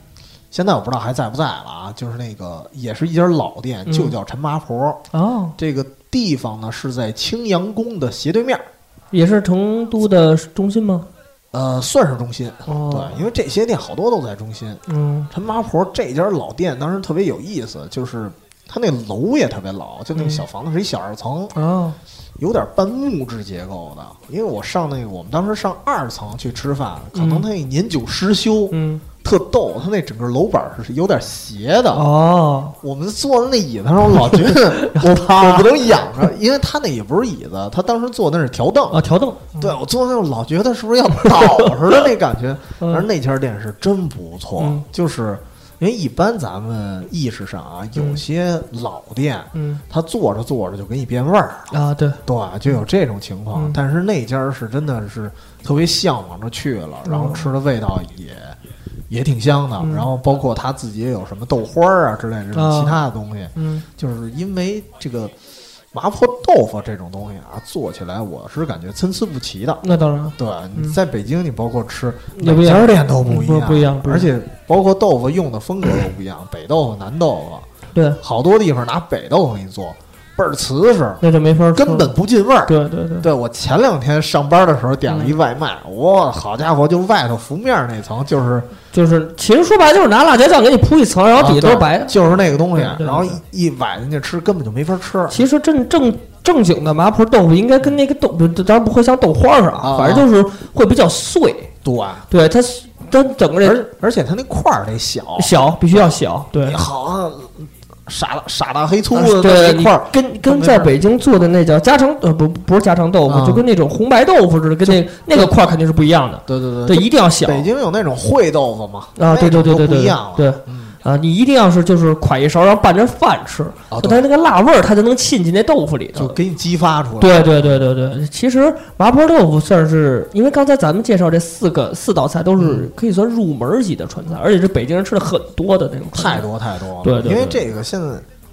现在我不知道还在不在了啊，就是那个也是一家老店，嗯就叫陈麻婆。哦，这个地方呢是在青羊宫的斜对面儿，也是成都的中心吗？呃，算是中心。哦对，，因为这些店好多都在中心。嗯陈麻婆这家老店当时特别有意思，就是它那楼也特别老，就那嗯小房子是一小二层，啊，有点半木质结构的。因为我上那个，我们当时上二层去吃饭，可能嗯它那年久失修，嗯，特逗，它那整个楼板是有点斜的。哦，我们坐在那椅子上，我老觉得 (laughs) 我我不能仰着，因为他那也不是椅子，他当时坐那是条凳。啊，调凳，对我坐那我老觉得是不是要倒似的那感觉。 (laughs) 嗯但是那家店是真不错，嗯就是因为一般咱们意识上啊，有嗯些老店，嗯，他坐着坐着就给你变味儿了。啊，对，对，就有这种情况，嗯但是那家是真的是特别向往着去了，然后吃的味道也也挺香的，嗯然后包括他自己也有什么豆花儿啊之类的这种啊其他的东西，嗯，就是因为这个麻婆豆腐这种东西啊，做起来我是感觉参差不齐的。那当然，对，你在北京，你包括吃嗯也不一哪样家店都不一不不一样不一样而且包括豆腐用的风格都不一样，北豆腐、南豆腐，对，好多地方拿北豆腐给你做，倍儿瓷实，那就没法说，根本不进味儿。对对对，对我前两天上班的时候点了嗯一外卖，哇，好家伙，就外头浮面那层就是就是其实说白了就是拿辣椒酱给你铺一层，然后底下都是白啊对的。就是那个东西，对对对然后一一崴进去吃根本就没法吃。其实正正正经的麻婆豆腐应该跟那个豆，不当然不会像豆花儿似的啊啊，反正就是会比较碎。对，对它是，它整个这而而且它那块儿得小，小必须要小，对你。好像傻大傻大黑粗啊的对，那你块儿，跟没跟法在北京做的那叫家常呃不不是家常豆啊腐，就跟那种红白豆腐似的，跟那那个块儿肯定是不一样的。对对对，一定要小北京有那种烩豆腐嘛，啊！对对对那种就对不对一样了。对嗯啊！你一定要是就是㧟一勺，然后拌着饭吃，啊，它对，那个辣味儿它就能沁进那豆腐里头就。给你激发出来。对对对对对，其实麻婆豆腐算是，因为刚才咱们介绍这四个四道菜都是嗯可以算入门级的川菜，而且是北京人吃的很多的那种川菜太。多太多了。对对对因为这个现在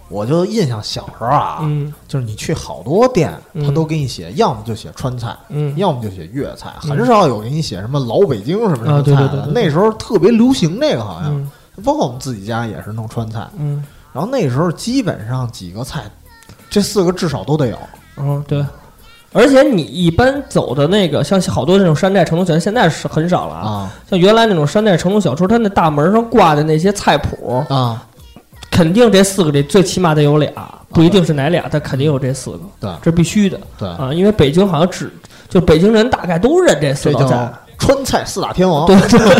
我就印象小时候啊，嗯就是你去好多店，嗯他都给你写，要么就写川菜，嗯要么就写粤菜，嗯很少有给你写什么老北京什么什么啊菜对的。对对对对那时候特别流行这个，好像、嗯包括我们自己家也是弄川菜，嗯然后那时候基本上几个菜，这四个至少都得有。嗯，对。而且你一般走的那个，像好多那种山寨城中小吃，现在是很少了啊。啊像原来那种山寨城中小吃，它那大门上挂的那些菜谱，啊，肯定这四个里最起码得有俩，不一定是哪俩，但肯定有这四个。对这必须的对，啊，因为北京好像只就北京人大概都认这四这道叫菜。川菜四大天王，对， (laughs)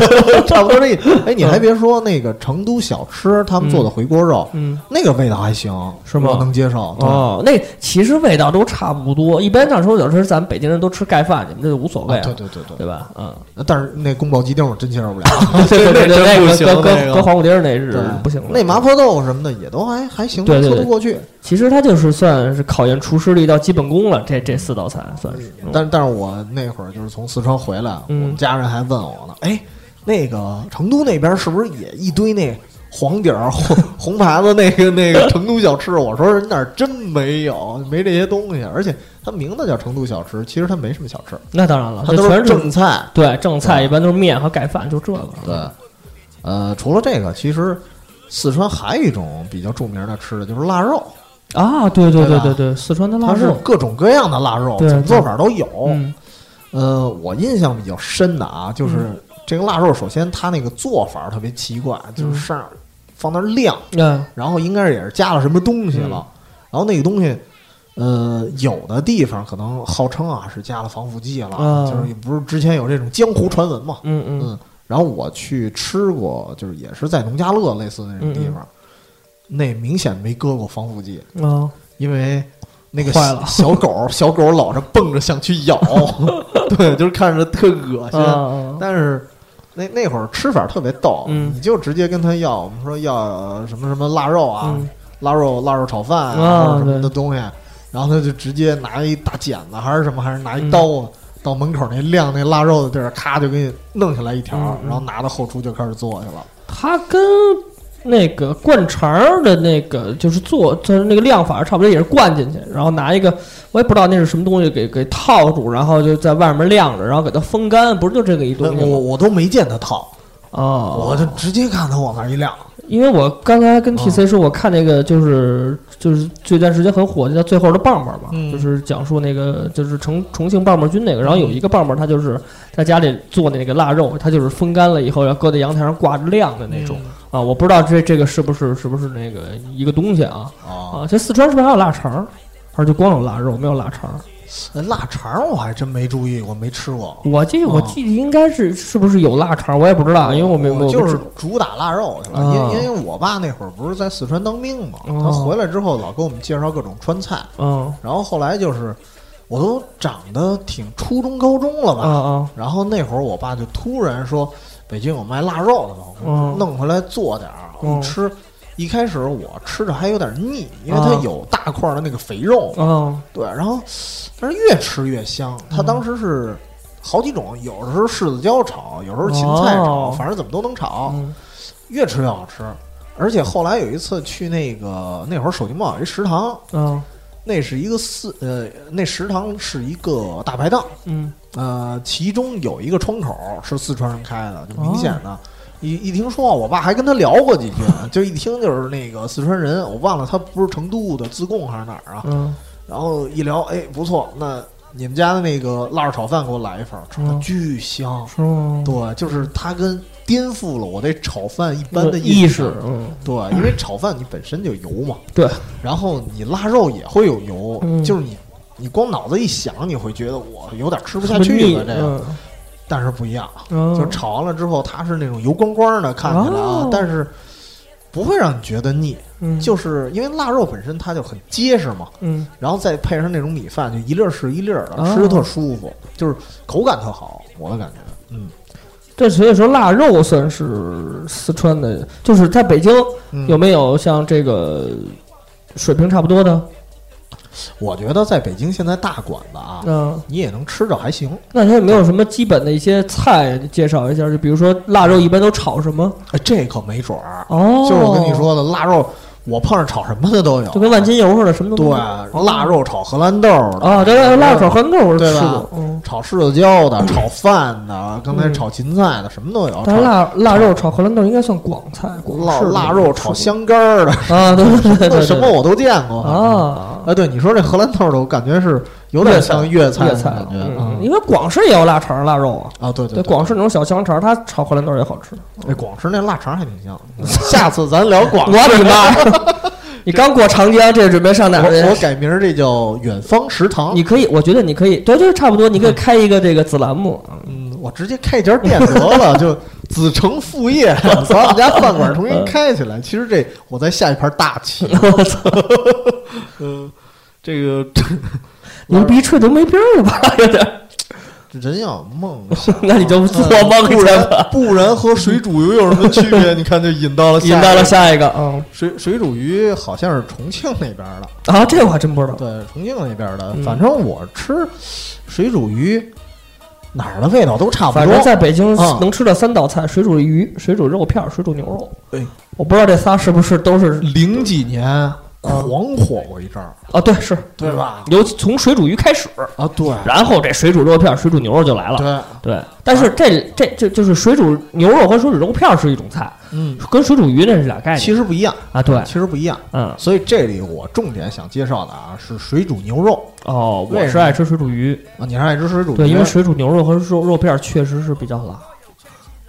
差不多这意思。哎，你还别说，那个成都小吃他们做的回锅肉，嗯，那个味道还行，是吗我能接受。对，哦，那其实味道都差不多。一般像说有时候咱们北京人都吃盖饭，你们这就无所谓啊对了，对对对，对吧？嗯， (laughs) 但是那宫保鸡丁我真接受不了，对对对，真不那行个那搁个搁搁黄瓜丁儿那是对不行了。那麻婆豆腐什么的也都还还行，对对说对得过去。其实它就是算是考验厨师的一道基本功了，这这四道菜算是。嗯但但是我那会儿就是从四川回来，我嗯们家人还问我呢，哎，那个成都那边是不是也一堆那黄底儿 (laughs) 红红牌子那个那个成都小吃？我说人那儿真没有，没这些东西，而且它名字叫成都小吃，其实它没什么小吃，那当然了，它这都全是是正啊菜。对正菜，对一般都是面和盖饭，就这个。对，呃，除了这个，其实四川还有一种比较著名的吃的就是腊肉。啊，对对对对吧对对，四川的腊它是哦肉，各种各样的腊肉，对怎么做法都有。嗯呃，我印象比较深的啊，就是嗯这个腊肉，首先它那个做法特别奇怪，就是上放那儿晾，嗯然后应该是也是加了什么东西了，然后那个东西。呃，有的地方可能号称啊是加了防腐剂了，啊就是也不是之前有这种江湖传闻嘛。嗯嗯，嗯，然后我去吃过，就是也是在农家乐类似的那种地嗯方，那明显没搁过防腐剂，啊，因为那个坏了小小 (laughs) 狗，小狗老是蹦着想去咬，对，就是看着特恶心。啊但是那那会儿吃法特别逗，嗯你就直接跟他要，我们说要呃什么什么腊肉啊，嗯腊肉腊肉炒饭啊，啊或者什么对的东西，然后他就直接拿一大剪子还是什么，还是拿一嗯刀啊。到门口那晾那腊肉的地儿，咔就给你弄下来一条，嗯嗯然后拿到后厨就开始做去了。它跟那个灌肠儿的那个就是做，就是那个量法差不多，也是灌进去，然后拿一个我也不知道那是什么东西给给套住，然后就在外面晾着，然后给它风干，不是就这个一那东西我吗？我都没见他套，哦，我就直接看他往那儿一晾，因为我刚才嗯跟 TC 说，我看那个就是就是这段时间很火，就叫《最后的棒棒》嘛，嗯就是讲述那个就是重重庆棒棒军那个，然后有一个棒棒，他就是在家里做那个腊肉，他就是风干了以后，然后搁在阳台上挂着晾的那种、嗯啊，我不知道这这个是不是是不是那个一个东西啊啊，哦啊，这四川是不是还有腊肠儿？还是就光有腊肉没有腊肠儿？那腊肠我还真没注意过，没吃过。我记哦我记得应该是是不是有腊肠儿，我也不知啊道，因为我没我有哦就是主打腊肉去了，因、啊因为我爸那会儿不是在四川当兵嘛，哦他回来之后老给我们介绍各种川菜，嗯然后后来就是我都长得挺初中高中了吧，啊啊然后那会儿我爸就突然说北京有卖腊肉的嘛，我嗯弄回来做点儿嗯我吃。一开始我吃着还有点腻，因为它啊有大块儿的那个肥肉，啊对，然后但是越吃越香。它当时是好几种，有的时候柿子椒炒，有时候芹菜炒，哦反正怎么都能炒，嗯越吃越好吃。而且后来有一次去那个那会儿首经贸有一食堂，嗯那是一个四呃，那食堂是一个大排档，嗯呃，其中有一个窗口是四川人开的，就明显的。一一听说，我爸还跟他聊过几句呢，就一听就是那个四川人，我忘了他不是成都的，自贡还是哪儿啊？嗯然后一聊，哎，不错，那你们家的那个腊肉炒饭给我来一份儿，炒的嗯巨香。是吗？对，就是它跟颠覆了我对炒饭一般的意识识。，嗯，对，因为炒饭你本身就油嘛，对，然后你腊肉也会有油，嗯就是你你光脑子一想，你会觉得我有点吃不下去了这个，个，但是不一样，嗯就炒完了之后，它是那种油光光的，看起来啊，哦但是不会让你觉得腻，嗯就是因为腊肉本身它就很结实嘛，嗯然后再配上那种米饭，就一粒儿是一粒儿的，哦吃着特舒服，就是口感特好，我的感觉。嗯这所以说腊肉算是四川的，就是在北京嗯有没有像这个水平差不多的？我觉得在北京现在大馆子啊，嗯，你也能吃着还行。那它有没有什么基本的一些菜介绍一下？就比如说腊肉一般都炒什么？哎，这可没准儿。哦就是我跟你，说的，腊肉我碰上炒什么的都有，就跟万金油似的，什么都对，腊肉炒荷兰豆的啊，对对，腊肉炒红豆我对吃吧过，嗯，炒柿子椒的，炒饭的，刚才嗯炒芹菜的，什么都有。但是炒腊腊肉炒荷兰豆应该算广菜，广腊式的腊肉炒香干儿的，啊，对对对对对，什么我都见过。啊？哎，对，你说这荷兰豆的，我感觉是有点像粤菜粤的菜感觉嗯，嗯因为广式也有腊肠、腊肉啊。啊，对对对，广式那种小香肠，它炒荷兰豆也好吃。哎，广式那腊肠还挺香。 (laughs) 下次咱聊广我式， (laughs) 的妈！你刚过长江，这准备上哪儿我我去？改名儿这叫远方食堂。你可以，我觉得你可以，对对，差不多，你可以开一个这个子栏目。嗯，我直接开一家店得了，就子承父 (laughs) 业，把我们家饭馆重新开起来。其实这我在下一盘大 (laughs) 棋。嗯，这个牛逼吹都没边儿了吧？有点儿，，人要有梦想 (laughs) 那你就做梦去嗯不然吧。不然和水煮鱼有什么区别？你看，就引到了引到了下一个，嗯，水水煮鱼，好像是重庆那边的，啊，这我还真不知道。嗯对，重庆那边的。嗯反正我吃水煮鱼，哪儿的味道都差不反正多。在北京嗯能吃到三道菜：水煮鱼、水煮肉片儿、水煮牛肉。对，我不知道这仨是不是都是零几年狂火过一阵儿，啊？对，是对吧？尤其从水煮鱼开始，啊，对，然后这水煮肉片儿、水煮牛肉就来了。对，啊对，但是这这这就是水煮牛肉和水煮肉片儿是一种菜，嗯，跟水煮鱼那是俩概念。其实不一样，啊，对，其实不一样。嗯，所以这里我重点想介绍的啊是水煮牛肉哦，为我什是么爱吃水煮鱼，啊，你是爱吃水煮鱼？对，因为水煮牛肉和肉肉片儿确实是比较辣，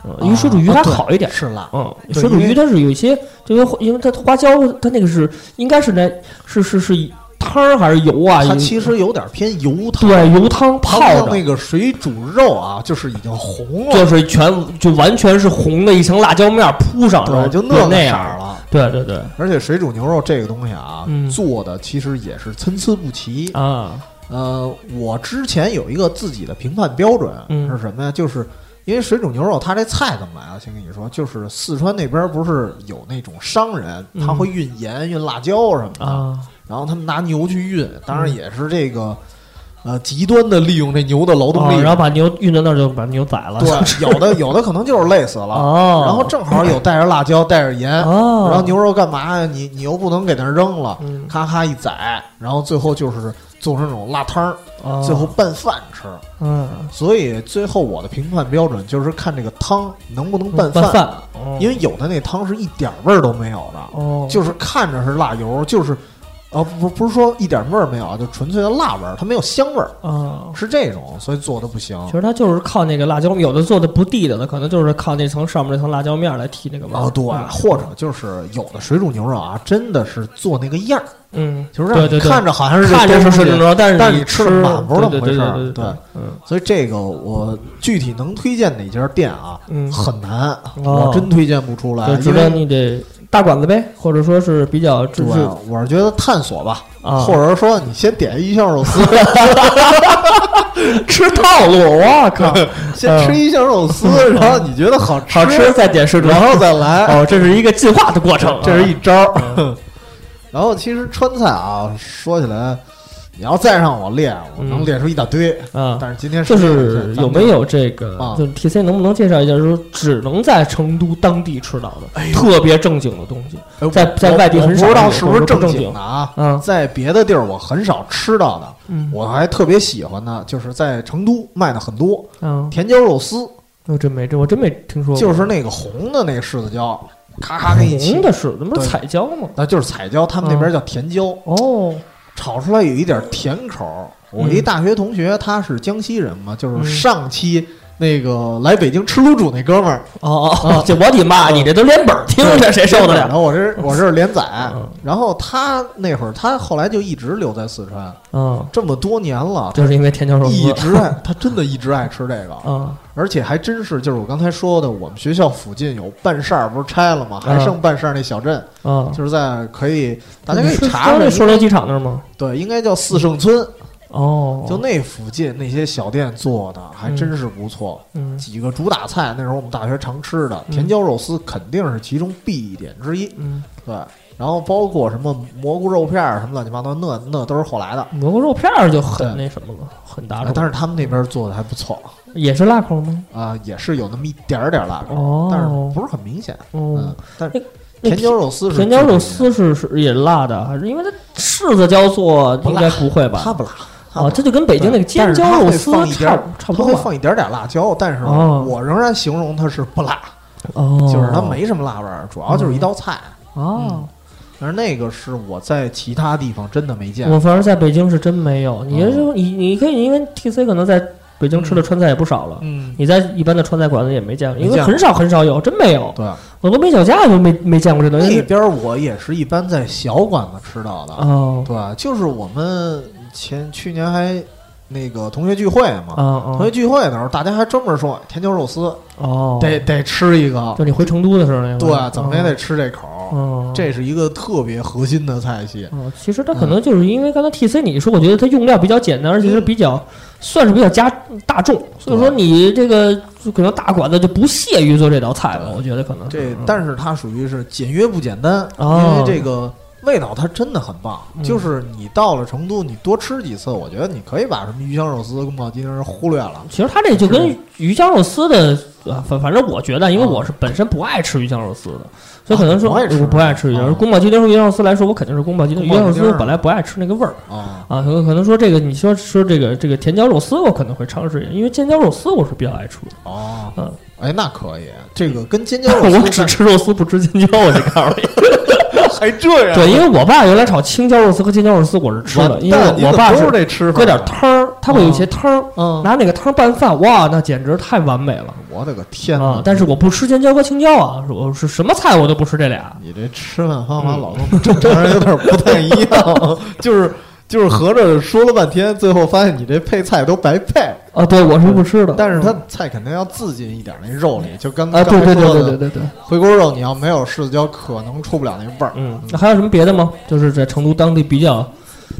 嗯，因为水煮鱼啊还对好一点。是辣，嗯，对水煮因为鱼它是有一些，就因为因为它花椒，它那个是应该是那是是是汤儿还是油啊？它有其实有点偏油汤。对油汤它泡不像的那，个水煮肉啊，就是已经红了，就是全就完全是红的一层辣椒面儿铺上，然后对，就那那个色样儿。了。对对对，而且水煮牛肉这个东西啊，嗯做的其实也是参差不齐。啊，呃，我之前有一个自己的评判标准、嗯是什么呀？就是因为水煮牛肉它这菜怎么来啊？先跟你说，就是四川那边不是有那种商人，嗯他会运盐、运辣椒什么的，啊，然后他们拿牛去运，当然也是这个呃极端的利用这牛的劳动力，哦然后把牛运到那儿就把牛宰了。对，有的有的可能就是累死了， (laughs) 哦，然后正好有带着辣椒，带着盐，哦，然后牛肉干嘛呀？你你又不能给它扔了嗯，咔咔一宰，然后最后就是做成那种辣汤儿，啊最后拌饭吃。嗯，所以最后我的评判标准就是看这个汤能不能拌饭，饭，哦因为有的那汤是一点味儿都没有的，哦，就是看着是辣油，就是啊不不是说一点味儿没有，啊，就纯粹的辣味儿，它没有香味儿，啊。是这种，所以做的不行。其实它就是靠那个辣椒，有的做的不地道的，可能就是靠那层上面那层辣椒面来提那个味儿。啊，对，嗯或者就是有的水煮牛肉啊，真的是做那个样儿，嗯，就是让对你对对看着好像是这看着东是西水煮牛肉，但是但你你吃了满不是那么对回事儿对对对，对嗯所以这个我具体能推荐哪家店啊？嗯很难，哦我真推荐不出来，对，哎因除非为你得大馆子呗，或者说是比较对啊就是，我是觉得探索吧，啊或者说你先点一箱肉 (laughs) 丝，吃套路，我靠，先吃一箱肉丝，然后你觉得好吃， (laughs) 嗯好吃再点水煮，然后再来，哦，这是一个进化的过程，这是一招嗯儿。然后其实川菜啊，说起来，你要再让我列，我嗯能列出一大堆，啊，但是今天就时间有是限咱有们没有这个啊，就是 T C 能不能介绍一下，就是只能在成都当地吃到的特别正经的东西，哎在我在外地我很少不知道有是或不者是不正经经的啊？嗯在别的地儿我很少吃到的，嗯我还特别喜欢的，就是在成都卖的很多嗯，甜椒肉丝，我真没这我真没听说过，就是那个红的那个柿子椒，咔咔给你切红，的嗯是，那不对是彩椒吗？那就是彩椒，他们那边叫甜椒，哦，炒出来有一点甜口儿。我嗯一大学同学，他是江西人嘛，就嗯是上期那个来北京吃卤煮那哥们儿，哦哦，这我的妈！你这都连本儿听着，谁受得然了？后我这我这是连载嗯，然后他那会儿他后来就一直留在四川，嗯，这么多年了，就是因为甜椒肉一丝。啊直啊爱，他真的一直爱吃这个，嗯而且还真是，就是我刚才说的，我们学校附近有半扇儿，不是拆了吗？嗯还剩半扇儿那小镇，嗯，就是在可以大家可你以是查刚才查，说流机场那儿吗？对，应该叫四圣村，哦，就那附近那些小店做的还真是不错。嗯几个主打菜，那时候我们大学常吃的嗯甜椒肉丝肯定是其中必点之一，嗯，对。然后包括什么蘑菇肉片儿什么乱七八糟，那那都是后来的。蘑菇肉片儿就很对那什么了，很大啊众，但是他们那边做的还不错也是辣口吗？啊、也是有那么一点儿点儿辣口，哦但是不是很明显。哦嗯，，但是那甜椒肉丝是甜椒肉丝是是也辣的，还是因为它柿子椒做应该不会吧？它不辣啊，这就跟北京那个但尖是椒它肉会丝放一点差儿不差不它多会吧？放一点点辣椒，但是哦我仍然形容它是不辣，哦，就是它没什嗯么辣味儿，主要就是一道菜。哦，但是那个是我在其他地方真的没见我过，反正在北京是真没有。你嗯就你你可以，因为 T C 可能在北京吃的川菜也不少了，嗯，你在一般的川菜馆子也没见过，因没为见过很少很少有，真没有。对。我都没脚架都没没见过这东那西。边儿我也是一般在小馆子吃到的，哦对，就是我们前去年还那个同学聚会啊嘛，同学啊聚会的时候大家还专门说甜椒肉丝哦，得得吃一个，就你回成都的时候那个对，啊怎么也得吃这口儿。哦，这是一个特别核心的菜系。哦，其实它嗯可能就是因为刚才 T C 你说，我觉得它用料比较简单，而且是比嗯较算是比较家大众，所以说你这个就可能大馆子就不屑于做这道菜吧，对我觉得可能嗯这，但是它属于是简约不简单，因哦为这个味道它真的很棒。嗯就是你到了成都，你多吃几次，我觉得你可以把什么鱼香肉丝、宫保鸡丁忽略了。其实它这就跟鱼香肉丝的，呃反反正我觉得，因为我是本身不爱吃鱼香肉丝的，所以可能说嗯啊不爱吃我不爱吃鱼香。啊宫保鸡丁和鱼香肉丝来说，我肯定是宫保鸡丁。鱼宫保香肉鸡丝丁我本来不爱吃那个味儿。啊、啊，可能可能说这个，你说说这个这个甜椒肉丝，我可能会尝试一下，因为尖椒肉丝我是比较爱吃的，哦，嗯哎，那可以，这个跟尖椒 (laughs) 肉我丝只吃肉丝不吃尖椒，我就告诉你。还这对，因为我爸原来炒青椒肉丝和尖椒肉丝我是吃的，因为我我爸都是是这吃法啊搁点汤儿，他会有一些汤儿，嗯，拿那个汤儿拌饭，哇，那简直太完美了我的个天啊呐！！但是我不吃尖椒和青椒啊，是我是什么菜我嗯都不吃这俩。你这吃饭方法老跟我们正常人有点不太一样， (laughs) 就是就是合着说了半天，最后发现你这配菜都白配。啊，对，我是不吃的。但是它菜肯定要自进一点那肉里，就刚啊，对对刚才对说对的对对对，回锅肉，你要没有柿子椒，可能出不了那味儿。嗯，那还有什么别的吗？就是在成都当地比较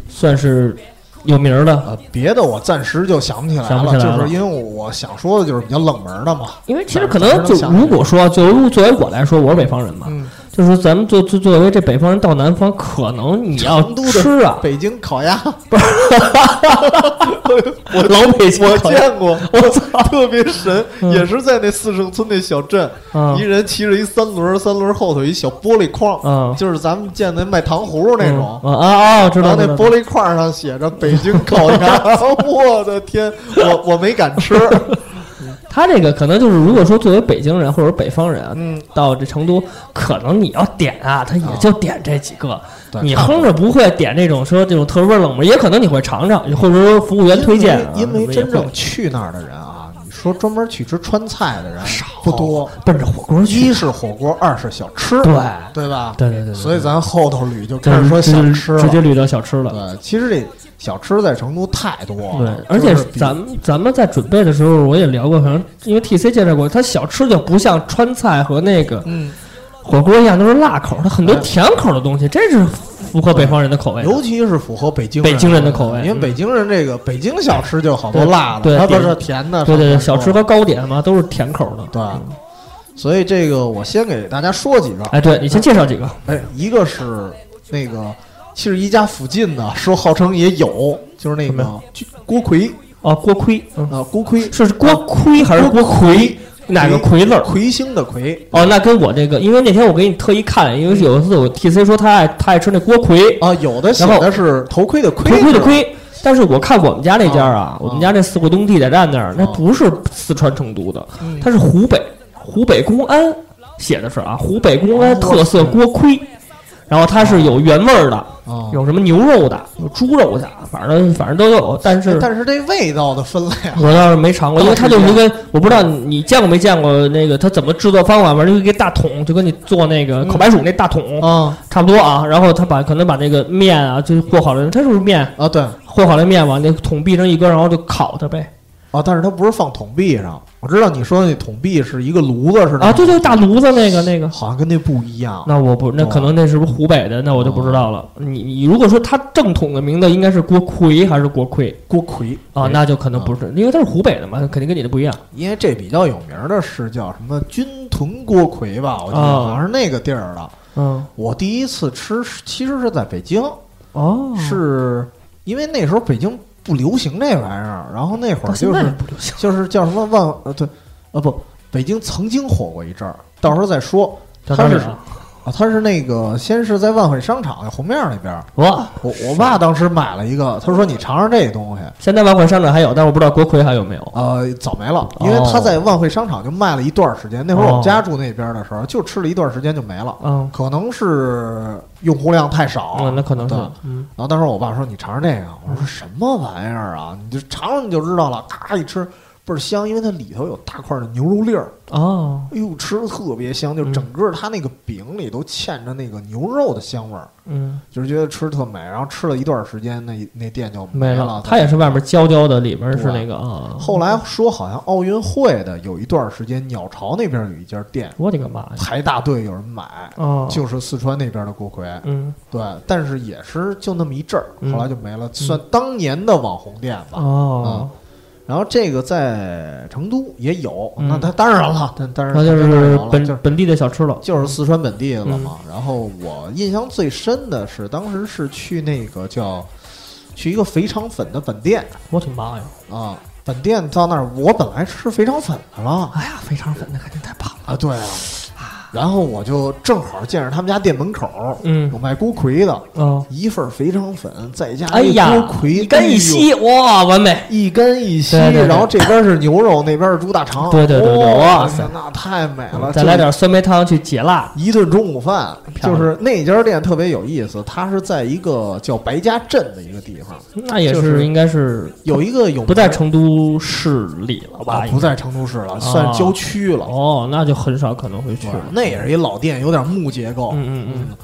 算是有名儿的，呃，别的我暂时就想不起来想不了，起来了就是因为我想说的就是比较冷门的嘛。因为其实但是可能能就想起如来果说就作为我来说，我是北方人嘛，嗯，就是咱们作作作为这北方人到南方，可能你要成都的吃啊，北京烤鸭，我 (laughs) 老北京 (laughs) 我烤鸭，见过，我操，特别神，嗯也是在那四圣村那小镇，嗯一人骑着一三轮，三轮后头一小玻璃框，嗯就是咱们见的卖糖葫芦那种。嗯啊啊，我知然道后那知道玻璃框上写着“北京烤鸭”， (laughs) 我的天，我我没敢吃。他这个可能就是，如果说作为北京人或者北方人啊，嗯到这成都，可能你要点啊，他也就点这几个，你哦差不多哼着不会点这种说这种特味儿冷门，也可能你会尝尝，或者说服务员推荐啊、因为因为什真么也会正去那儿的人啊，你说专门去吃川菜的人不多。奔着火锅去，一是火锅，二是小吃，对对吧？对对对对所以咱后头捋就就开始说小吃了直。接捋到小吃了。对，其实这小吃在成都太多对了，，而且哦就是比咱们咱们在准备的时候，我也聊过，可能因为 T C 介绍过，它小吃就不像川菜和那个嗯，火锅一样都是辣口，它很多甜口的东西，这是符合北方人的口味的。尤其是符合北京北京人的口味因为嗯北京人这个北京小吃就好多对辣对的，它不点是甜的，对对对，上小面吃多和糕点嘛都是甜口的。对。所以这个我先给大家说几个，哎，对你先介绍几个，哎，一个是那个七十一家附近的， (laughs) 说号称也有，就是那个锅盔哦，锅盔，嗯，啊，锅盔是锅盔还是锅盔？哪个盔字儿？魁星的魁哦，那跟我这个，因为那天我给你特意看，因为有一次我 T C 说他爱他爱吃那锅盔，啊，有的写然后的是头盔的盔，头盔的，盔。但是我看我们家那家啊啊，我们家那四惠东地铁站那儿，那啊不是四川成都的嗯，它是湖北湖北公安写的是啊，湖北公哦安特色锅盔，然后它是有原味儿的，啊，有什么牛肉的，有猪肉的，反正反正都有，但是哎但是这味道的分类啊，我倒是没尝过，因为它就是一个，我不知道你见过没见过那个它怎么制作方法，反正就一个大桶，就跟你做那个嗯烤白薯那大桶、啊差不多啊。然后他把可能把那个面啊，就是和好了，它就是面啊对，和好了面往那桶壁上一搁，然后就烤它呗。啊，但是它不是放桶壁上，我知道你说那桶壁是一个炉子似的啊，对对，大炉子那个那个。好像跟那不一样。那我不，那可能那是不是湖北的？那我就不知道了。你你如果说它正统的名字应该是锅盔还是锅盔锅盔哎啊？那就可能不是，因为它是湖北的嘛，肯定跟你的不一样。因为这比较有名儿的是叫什么军屯锅盔吧，我记得哦好像是那个地儿的。嗯，我第一次吃是其实是在北京，哦，是因为那时候北京不流行这玩意儿，然后那会到儿现就在也是哦不流行。就是叫什么万呃对啊不，北京曾经火过一阵儿，到时候再说。叫它哪是里啊啊，它是那个先是在万汇商场红面儿那边儿，哇，我我爸当时买了一个，他说你尝尝这东西，现在万汇商场还有，但是我不知道国魁还有没有。呃，早没了，哦因为他在万汇商场就卖了一段时间。那会儿我们家住那边的时候，就吃了一段时间就没了，嗯，可能是用户量太少。嗯，那可能是对。嗯，然后当时我爸说：“你尝尝这个。”我说：“什么玩意儿啊？你就尝尝你就知道了。”咔一吃倍儿香，因为它里头有大块的牛肉粒儿，哦，哎呦，吃的特别香，嗯就整个它那个饼里都嵌着那个牛肉的香味儿，嗯，就是觉得吃特美。然后吃了一段时间，那那店就没了了。。嗯它也是外面焦焦的，里面是那个啊。后来说，好像奥运会的有一段时间，鸟巢那边有一家店我的个妈哎呀！排大队，有人买，哦，就是四川那边的锅盔。嗯对，但是也是就那么一阵儿，嗯后来就没了，算当年的网红店吧。哦，然后这个在成都也有，嗯那它当然了，但但是那就它当然是有了就本嗯是本地的小吃了。就是四川本地的了嘛。然后我印象最深的是，当时是去那个叫去一个肥肠粉的本店我的妈呀！啊。本店到那儿，我本来吃肥肠粉去了，哎呀，肥肠粉那肯定太棒了。啊，对啊。然后我就正好见着他们家店门口，嗯有卖锅盔的，哦，一份肥肠粉，再加哎一呀锅，盔，一干一哎呦，吸，哇，完美。一干一吸。对对对然后这边是牛肉，那边是猪大肠，对对对对哇哇塞那太美了！再来点酸梅汤去解辣。一顿中午饭，漂就亮是那家店特别有意思，它是在一个叫白家镇的一个地方，那也就是是应该是有一个有不在成都市里了吧啊？不在成都市了，啊算郊区了。哦，那就很少可能会去对了。那也是一老店，有点木结构。嗯嗯嗯。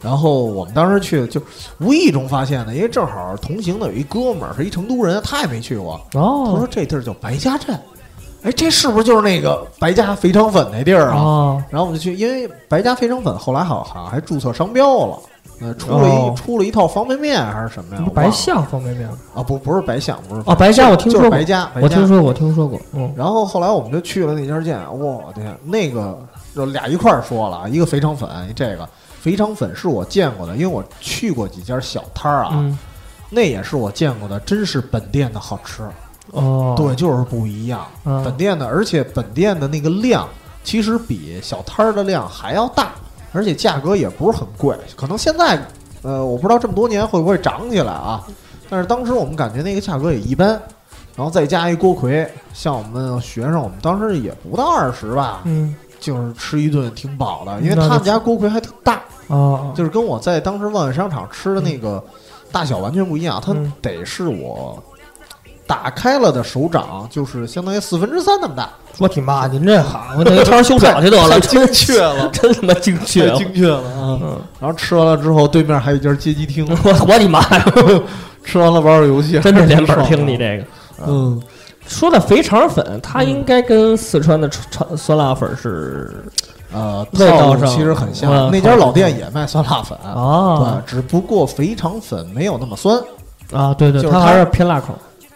然后我们当时去就无意中发现的，因为正好同行的有一哥们儿是一成都人，他也没去过。他哦说这地儿叫白家镇，哎，这是不是就是那个白家肥肠粉那地儿啊？哦，然后我们就去，因为白家肥肠粉后来好好像还注册商标了，呃，出了一、哦出了一套方便面还是什么呀不？我忘白了象方便面吗啊，不不是白象，不是哦，白象家我听就说是过，白家，白我家听。说过，我听说过，嗯，然后后来我们就去了那家店，我天，那个就俩一块儿说了，啊，一个肥肠粉，这个肥肠粉是我见过的，因为我去过几家小摊儿啊，嗯，那也是我见过的，真是本店的好吃。哦，对，就是不一样，嗯本店的，而且本店的那个量其实比小摊儿的量还要大，而且价格也不是很贵。可能现在，呃，我不知道这么多年会不会涨起来啊，但是当时我们感觉那个价格也一般。然后再加一锅盔，像我们学生，我们当时也不到二十吧，嗯，就是吃一顿挺饱的，因为那他就们家锅盔还特大，哦，就是跟我在当时万万商场吃的那个大小完全不一样，它嗯得是我打开了的手掌，就是相当于四分之三那么大，我挺妈，您这 (laughs) 行，我得摊修表去得了，精确了， (laughs) 真他妈精确了，精确了啊！嗯，然后吃完了之后，对面还有一家街机 (laughs) 厅，我我你妈呀，吃完了玩玩游戏，真的连本儿听你这个。嗯嗯， (laughs) 说到肥肠粉，它应该跟四川的川酸辣粉是呃，味道套路上其实很嗯像，那家老店也卖酸辣粉。啊对，只不过肥肠粉没有那么酸，啊，对对，就是它它还是偏辣口。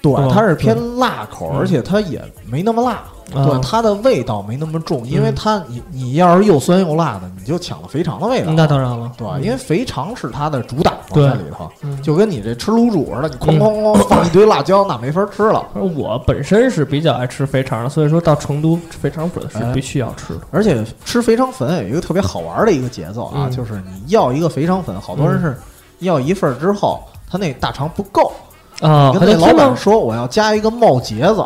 对嗯，它是偏辣口，嗯而且它也没那么辣，啊对，它的味道没那么重，因为嗯它你你要是又酸又辣的，你就抢了肥肠的味道。那当然了，对吧？因为肥肠是它的主打嘛，对在里头嗯就跟你这吃卤煮似的，你哐嗯哐哐放一堆辣椒，那没法吃了。而我本身是比较爱吃肥肠的，所以说到成都吃肥肠粉是哎必须要吃的。而且吃肥肠粉有一个特别好玩的一个节奏啊，嗯就是你要一个肥肠粉，好多人是要一份儿之后，他那大肠不够，啊，你还跟得那老听到板说我要加一个冒茄子，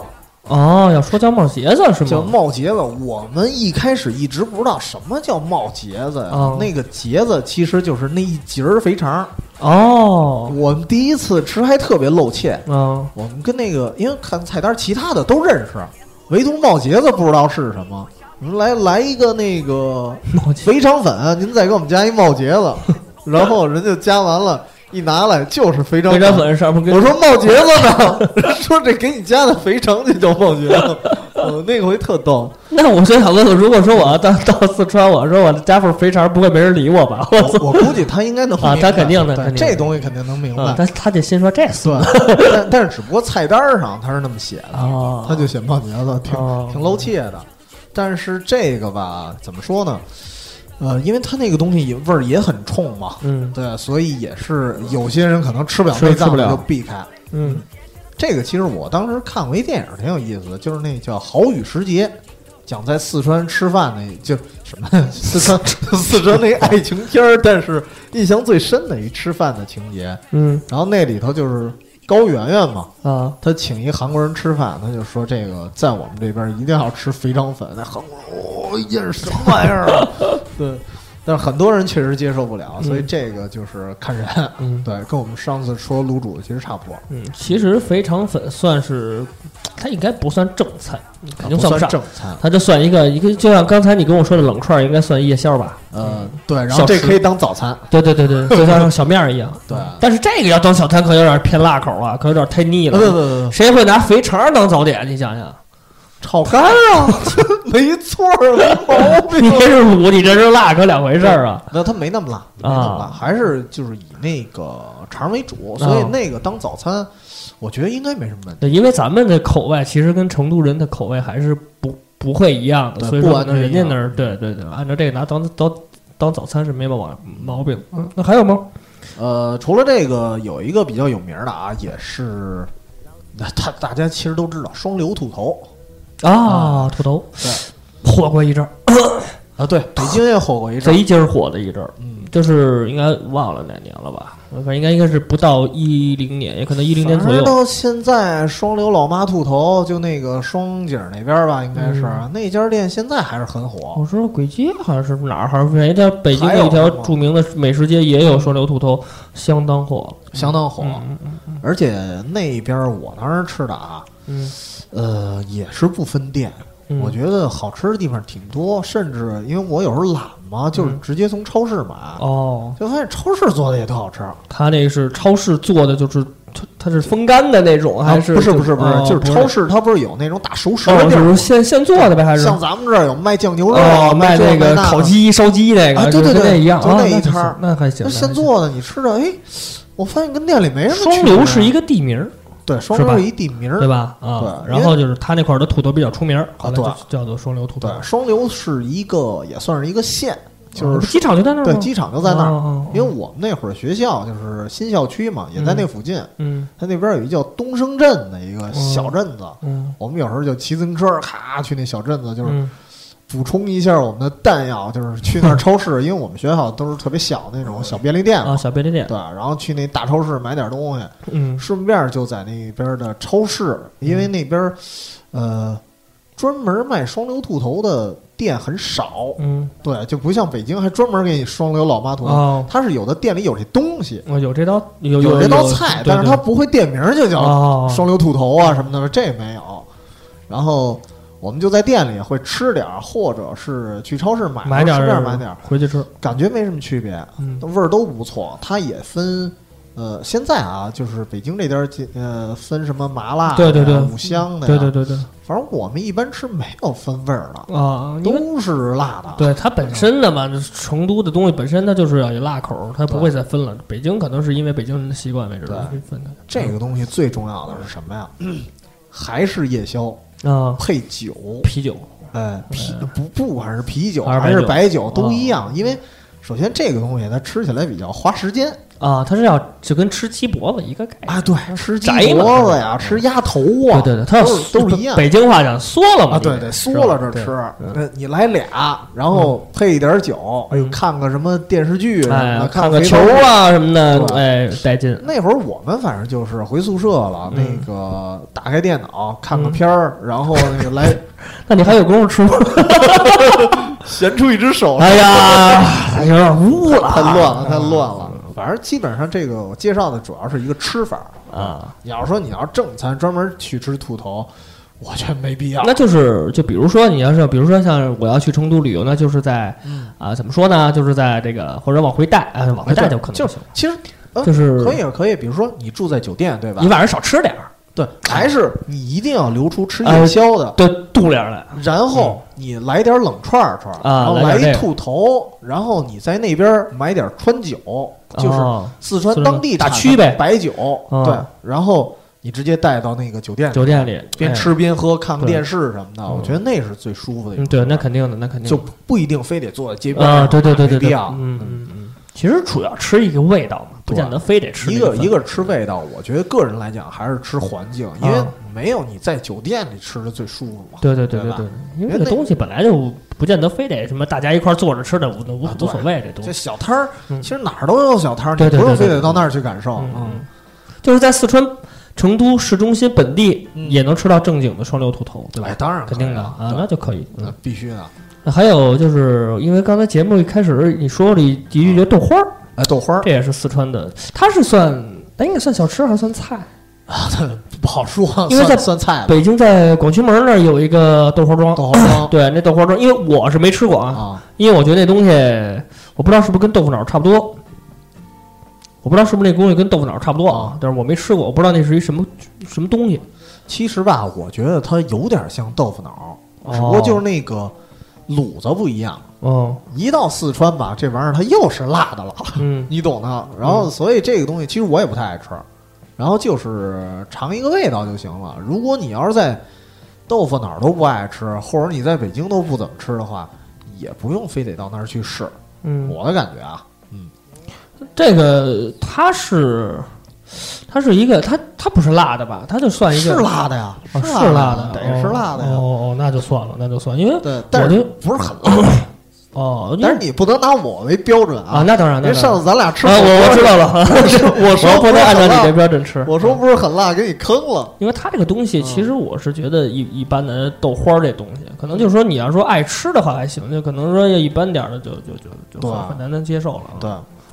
哦，要说叫冒茄子是叫吗？冒茄子。我们一开始一直不知道什么叫冒茄子呀哦，那个茄子其实就是那一节儿肥肠。哦，我们第一次吃还特别露怯，嗯，我们跟那个，因为看菜单，其他的都认识，唯独冒茄子不知道是什么。我们来来一个那个冒茄肥肠粉，啊您再给我们加一冒茄子，然后人家加完了，一拿来就是肥肠 (laughs) 肥肠。粉上面跟我说冒茄子呢，说这给你加的肥肠就叫冒茄 (laughs) 子。我那回特逗，那我就想问问，如果说我要到到四川，我说我加份肥肠，不会没人理我吧？我我我估计他应该能啊明白他肯定的对肯定的这东西肯定能明啊白，。但他得心说这算 (laughs) 对，但但是只不过菜单上他是那么写的，啊，他就写冒茄子，挺哦挺露怯的。但是这个吧，怎么说呢？呃，因为它那个东西也味儿也很冲嘛，嗯对，所以也是有些人可能吃不了吃内脏，吃不了就避开。嗯这个其实我当时看过一电影，挺有意思的，就是那叫《好雨时节》，讲在四川吃饭的，就什 (laughs) 么四川 (laughs) 四川那爱情片儿，但是印象最深的一吃饭的情节。嗯然后那里头就是高圆圆嘛，啊他请一韩国人吃饭，他就说这个在我们这边一定要吃肥肠粉。那韩国人，哦，一见是什么玩意儿 (laughs) 啊？对，但是很多人确实接受不了，所以这个就是看人。嗯对，跟我们上次说卤煮其实差不多，嗯，其实肥肠粉算是，它应该不算正菜，肯定啊不不算上。正餐。它就算一个一个，就像刚才你跟我说的冷串儿，应该算夜宵吧？呃，对，然嗯小后这吃可以当早餐。对对对对，就像小面儿一样。对，但是这个要当小餐可有点偏辣口啊，可有点太腻呃不不了。不不，谁会拿肥肠儿当早点？你想想，炒肝啊， (laughs) 没错儿，没毛病。你这是卤，你这是辣，可两回事儿啊。那它没那么辣，没那么辣，啊嗯还是就是以那个肠为主，所以那个当早餐，我觉得应该没什么问题。对，因为咱们的口味其实跟成都人的口味还是不不会一样嗯对的，所以不说完可能全人一家样那儿对对对，按照这个拿当当当早餐是没毛病毛病。嗯，那还有吗？呃，除了这个，有一个比较有名的啊，也是那大大家其实都知道双流兔头啊，土豆火过一阵儿，啊，对，北京也火过一阵儿，贼今儿火的一阵儿，嗯，就是应该忘了哪年了吧，反正应该应该是不到一零年，也可能一零年左反正右。到现在，双流老妈兔头就那个双井那边儿吧，应该是、嗯那家店现在还是很火。我说鬼街好像是哪儿，好像是一条哎北京还的有一条是吗著名的美食街也有双流兔头，相当火。相当火，嗯嗯而且那边儿我当时吃的啊，嗯呃，也是不分店，嗯，我觉得好吃的地方挺多，甚至因为我有时候懒嘛，就是嗯直接从超市买，哦，就发现超市做的也特好吃。他那是超市做的，就是它它是风干的那种，还是啊不是不是不是，哦就是不超市它不是有那种打熟食哦的地就儿是吗，现现做的呗，还是像咱们这儿有卖酱牛肉、哦卖这那个卖那烤的，鸡、烧鸡那个，啊对就对跟对那一样，就啊那一还行摊儿那还行，那那还现行。做的，你吃着哎，我发现跟店里没什么区别。双流是一个地名儿，对，双是吧流一地名儿对，吧？啊，嗯对因为啊然后就是他那块儿的土豆比较出名儿，后来就对叫做双流土豆对，。双流是一个也算是一个县，就哦是机场就在那儿吗，对机场就在那儿。哦因为我们那会儿学校就是新校区嘛，也在那附近，嗯哦它那边有一叫东升镇的一个小镇子。嗯我们有时候就骑自行车，咔去那小镇子，就是嗯补充一下我们的弹药，就是去那儿超市，因为我们学校都是特别小那种小便利店嘛啊，，小便利店，对，然后去那大超市买点东西，嗯顺便就在那边的超市，因为那边呃专门卖双流兔头的店很少，嗯对，就不像北京还专门给你双流老妈兔头，哦，它是有的店里有这东西，我有这道有有有这道菜，但是它不会店名儿就叫哦双流兔头啊什么的，这没有。然后我们就在店里会吃点儿，或者是去超市买买点随儿便买点儿，回去吃，感觉没什么区别，嗯味儿都不错。它也分，呃，现在啊，就是北京这边儿街呃分什么麻辣的呀、对对对五香的，对对，对对反正我们一般吃没有分味儿的，啊，因为都是辣的。对它本身的嘛，就是成都的东西本身它就是要有辣口儿，它不会再分了。北京可能是因为北京人的习惯为止，对会分的这个东西最重要的是什么呀？还是夜宵啊，配酒，啤酒哎，啤不不管是啤酒嗯还是白还是酒白酒嗯都一样，因为首先这个东西它吃起来比较花时间啊，它是要就跟吃鸡脖子一个概念。啊，对，吃鸡哎宅嘛嗯脖子呀，吃鸭头啊，对对对，它要都是都是一 (laughs) 样北京话讲缩了嘛，啊，对你对，是缩吧了着对吃，呃你来俩，然后配一点酒，哎呦，嗯看个什么电视剧什么哎的，，看看个回球头路。啊什么的，对哎，带劲。那会儿我们反正就是回宿舍了，那嗯个打开电脑看个片儿，然后那个 (laughs) 来那你还有功夫吃吗？闲出一只手哎呀，有点污了太乱了，太乱了。嗯反正基本上这个我介绍的主要是一个吃法啊。你要说你要正餐专门去吃兔头，我觉得没必要。那就是，就比如说，你要是，比如说像我要去成都旅游，那就是在嗯啊，怎么说呢？就是在这个或者往回带，啊，往回带就可能就行，其实呃就是可以可以，比如说你住在酒店对吧你？晚上少吃点儿，对，还是你一定要留出吃哎夜宵的，对，肚量来然后你来点冷串儿串儿，啊然后来来点一这个兔头，然后你在那边买点川酒，就是哦四川四川当地大产曲的呗白酒，啊对，然后你直接带到那个酒店里酒店里哎哎边，吃边喝，看个对电视什么的，我嗯觉得那是最舒服的一哎种嗯，吃法。对，那肯定的，那肯定就的不不一定非得坐在街边啊，上对对对对没必对，要。嗯嗯嗯，其实主要吃一个味道嘛，不见得非得吃一那个份一个吃味道，我觉得个人来讲还是吃环境，因为啊没有你在酒店里吃的最舒服嘛。对对对对对吧对，因为这个东西本来就不见得非得什么大家一块儿坐着吃的，无无啊无对所谓这东这西。小摊儿嗯其实哪儿都有小摊儿，你对对不用对对非得到那儿去感受。嗯嗯，就是在四川成都市中心本地嗯也能吃到正经的双流兔头，对哎，吧？当然肯定可以的了啊，对那就可以。那嗯，必须的。那还有就是因为刚才节目一开始你说了一一句叫豆花儿，哎，豆花儿这也是四川的，它是算。它应该算小吃还是算菜？啊不好说，因为算在算菜吧，北京在广渠门那儿有一个豆花庄，豆花庄对，那豆花庄，因为我是没吃过啊，啊，因为我觉得那东西，我不知道是不是跟豆腐脑差不多，我不知道是不是那东西跟豆腐脑差不多啊啊，但是我没吃过，我不知道那是一什么什么东西。其实吧，我觉得它有点像豆腐脑儿，只不哦过就是那个卤子不一样。嗯一到四川吧，这玩意儿它又是辣的了，嗯你懂的。然后，所以这个东西其实我也不太爱吃，然后就是尝一个味道就行了。如果你要是在豆腐哪儿都不爱吃，或者你在北京都不怎么吃的话，也不用非得到那儿去试。嗯，我的感觉啊，这个它是它是一个它它不是辣的吧？它就算一是个辣的呀，啊是辣辣的，得是哦辣的哦呀。哦，那就算了，那就算，因为对，但我是就不是很辣，哦，因为但是你不能拿我为标准啊，啊。那当然，因为那上当次咱俩吃火然锅，啊，我 (laughs) 我知道了，我说不不能是按照很你这辣，标准吃，我嗯说不是很辣，给你坑了。因为它这个东西，其实我是觉得一一般的豆花儿这东西，可能就是说你要说爱吃的话还行，就可能说要一般点儿的就就就就对啊很很难能接受了。啊对，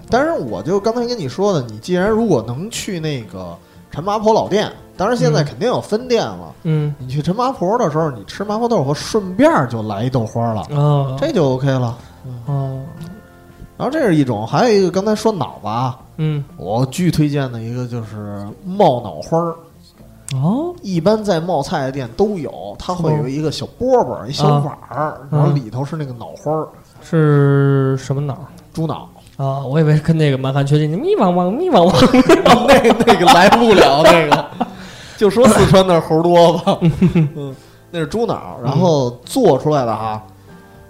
但是我就刚才跟你说的，你既然如果能去那个陈麻婆老店，当然现在嗯肯定有分店了。嗯，你去陈麻婆的时候，你吃麻婆豆腐，顺便儿就来一豆花了，啊，这就 OK 了。哦，然后这是一种，还有一个刚才说脑子啊，嗯，我巨推荐的一个就是冒脑花儿，哦，一般在冒菜的店都有，它会有一个小饽饽儿，一小碗儿，然后里头是那个脑花儿，是什么脑猪脑，儿啊？我以为跟那个满汉全席，你咪汪汪咪汪汪，那那个来不了那个。就说四川那儿猴多吧，嗯，那是猪脑，然后做出来的哈，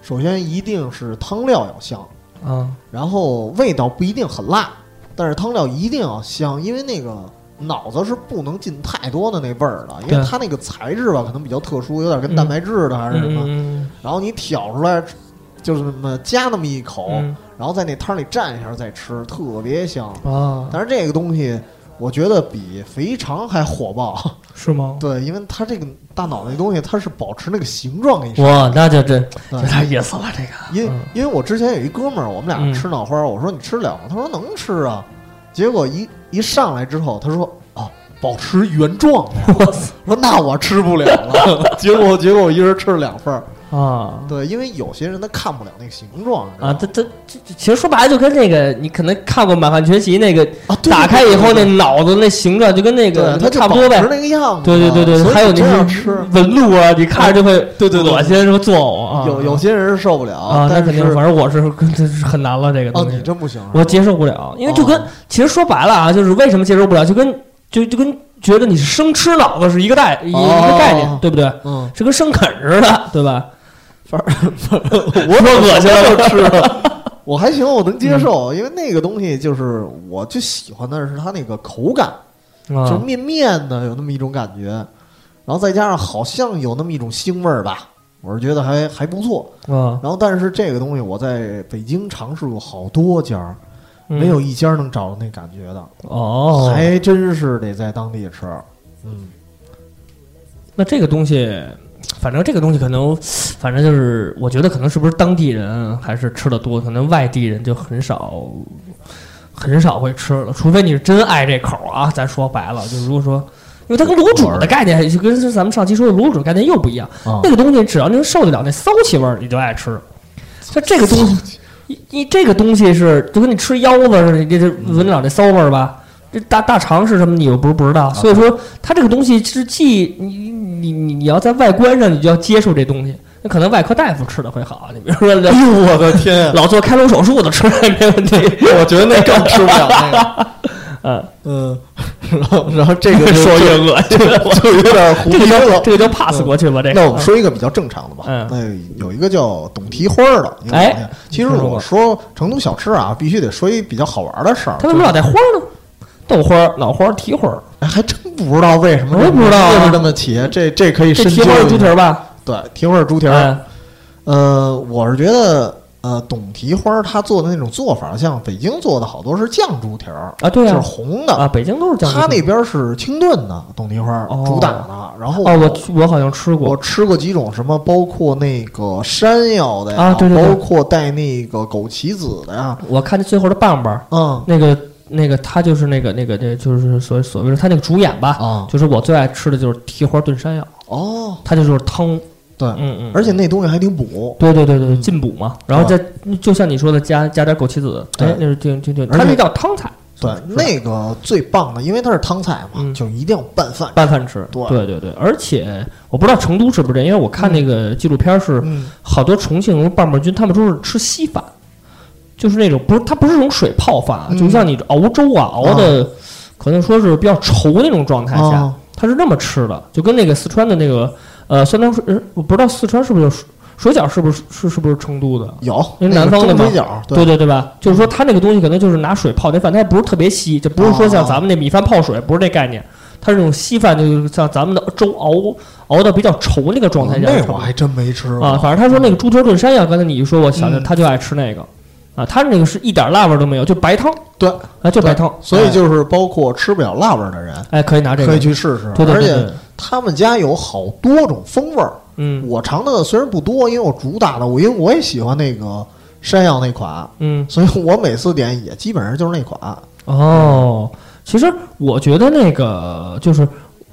首先一定是汤料要香，啊，然后味道不一定很辣，但是汤料一定要香，因为那个脑子是不能进太多的那味儿的，因对为它那个材质吧可能比较特殊，有点嗯跟蛋白质的还是什么，嗯然后你挑出来就是那么夹那么一口，嗯然后在那汤里蘸一下再吃，特别香。啊，但是这个东西我觉得比肥肠还火爆， (laughs) 是吗？对，因为它这个大脑袋东西它是保持那个形状给你吃，哇，那就真对有点意思了，这个因嗯因为我之前有一哥们儿，我们嗯俩吃脑花儿，我说你吃了吗？他说能吃啊。结果一一上来之后，他说哦，保持原 (laughs) 状。我说那我吃不了了。结果结果我一人吃了两份儿。啊对，因为有些人他看不了那个形状你知道啊，吗这这这其实说白了就跟那个你可能看过《满汉全席》那个啊，对打开以后那对脑子那形状就跟那对个对他就差不多呗保持。那个样子。对对对对，所以还有这样那些吃，纹路啊，你看着就会对对对恶心，说作呕啊。有有些人是受不了，啊，那但肯是定，反正我是 (laughs) 这是很难了这个哦，东你西，真不行。我接受不了，因为就跟哦其实说白了啊，就是为什么接受不了，就跟就就跟觉得你是生吃脑子是一个概一哦个概念，对不对？ (laughs) 嗯，是跟生啃似的，对吧？我说恶心了就吃了。我还行，我能接受，因为那个东西就是我就喜欢的是它那个口感，就是啊面面的有那么一种感觉，然后再加上好像有那么一种腥味儿吧，我是觉得还还不错。啊，然后但是这个东西我在北京尝试过好多家儿，嗯没有一家儿能找到那感觉的，哦，还真是得在当地吃。嗯，那这个东西，反正这个东西可能，反正就是我觉得可能是不是当地人还是吃的多，可能外地人就很少。很少会吃了，除非你是真爱这口啊。咱说白了，就如果说，因为它跟卤煮的概念，就跟咱们上期说的卤煮概念又不一样。 (laughs) 啊那个东西只要能受得了那骚气味儿，你就爱吃。就这个东西，你你这个东西是就跟你吃腰子似的，你这嗯闻得了那骚味儿吧？这大大肠是什么，你又不是不知啊道。所以说，它这个东西是既你你你你要在外观上，你就要接受这东西。那可能外科大夫吃的会好，啊你比如说 (laughs) 老哎呦我的 (laughs) 天，老做开颅手术的吃的没问题。 (laughs) 我觉得那更吃不了那个。嗯，嗯， (laughs) 然后然后这 (laughs) 个就说越恶心， (laughs) 就有点胡这个逼就了。嗯这个就 pass 过去吧。这个那我们说一个比较正常的吧。嗯那有一个叫董蹄花儿的。你有没有发现哎，其实听说过我说成都小吃啊，必须得说一比较好玩的事儿。他为什么老带花儿呢？豆花儿、脑花儿、蹄花儿，哎还真不知道为什么，我也不知道啊就是这么起。这这可以这深蹄究花儿一是猪蹄下儿吧？对，蹄花儿猪蹄儿。嗯呃，我是觉得。呃，董蹄花儿它做的那种做法，像北京做的好多是酱猪蹄儿，啊，对就是呀，红的。啊，北京都是酱。它那边是清炖的董蹄花儿哦，主打的。然后哦，我我好像吃我过吃过几种什么，包括那个山药的呀，啊对对对包括带那个枸杞子的呀，我看那最后的棒棒，嗯那个那个，它就是那个那个，那就是所所谓的它那个主演吧，啊就是我最爱吃的就是蹄花炖山药，哦，它就是汤，对，嗯嗯，而且那东西还挺补，对对对对，嗯进补嘛，然后再嗯就像你说的，加加点枸杞子，对哎，那是挺挺挺，而且它那叫汤菜，对是，吧那个最棒的，因为它是汤菜嘛嗯，就一定要拌饭，拌饭吃，对对对对，而且我不知道成都是不是这样，因为我看那个纪录片是嗯好多重庆棒棒军他们都是吃稀饭，就是那种不是它不是那种水泡饭啊，嗯就像你熬粥啊熬的，可能说是比较稠那种状态下，啊它是那么吃的，就跟那个四川的那个呃酸汤水，呃我不知道四川是不是有水水饺，是不是是是不是成都的？有因为那个南方的嘛蒸水饺，对对对吧？就是说它那个东西可能就是拿水泡那饭，它也不是特别稀，就不是说像啊咱们那米饭泡水，不是那概念。它这种稀饭就是像咱们的粥熬熬到比较稠那个状态下，啊那我还真没吃啊，过，反正他说那个猪蹄儿炖山药，刚才你一说，我想起来嗯他就爱吃那个，啊，他那个是一点辣味儿都没有，就白汤，对啊，就白汤，所以就是包括吃不了辣味儿的人。哎，可以拿这个，可以去试试，对对而对且对，他们家有好多种风味儿，嗯我尝的虽然不多，因为我主打的，我因为我也喜欢那个山药那款，嗯，所以我每次点也基本上就是那款。哦，其实我觉得那个就是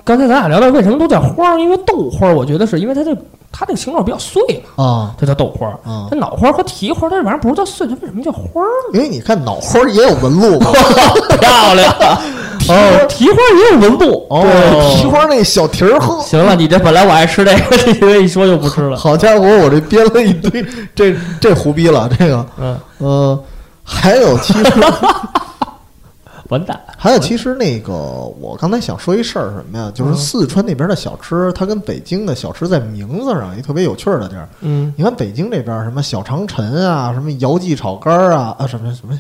刚才咱俩聊到为什么都叫花儿，因为豆花儿，我觉得是因为它这它这个形状比较碎嘛，啊它叫豆花儿，啊它！脑花儿和蹄花儿，它这玩意儿不是叫碎，它为什么叫花儿呢？因为你看脑花儿也有纹路 (laughs) 嘛， (laughs) 漂亮，哦，蹄花儿也有纹路，哦对，蹄花儿那小蹄儿，呵，行了，你这本来我爱吃这个， (laughs) 因为一说就不吃 (laughs) (laughs) 了，好家伙，我这编了一堆，这这胡逼了，这个嗯。呃，还有其实完蛋，还有，其实那个我刚才想说一事儿，什么呀？就是嗯四川那边的小吃，它跟北京的小吃在名字上也特别有趣儿的地儿。嗯，你看北京这边儿什么小长陈啊，什么姚记炒肝儿啊，啊什么什么，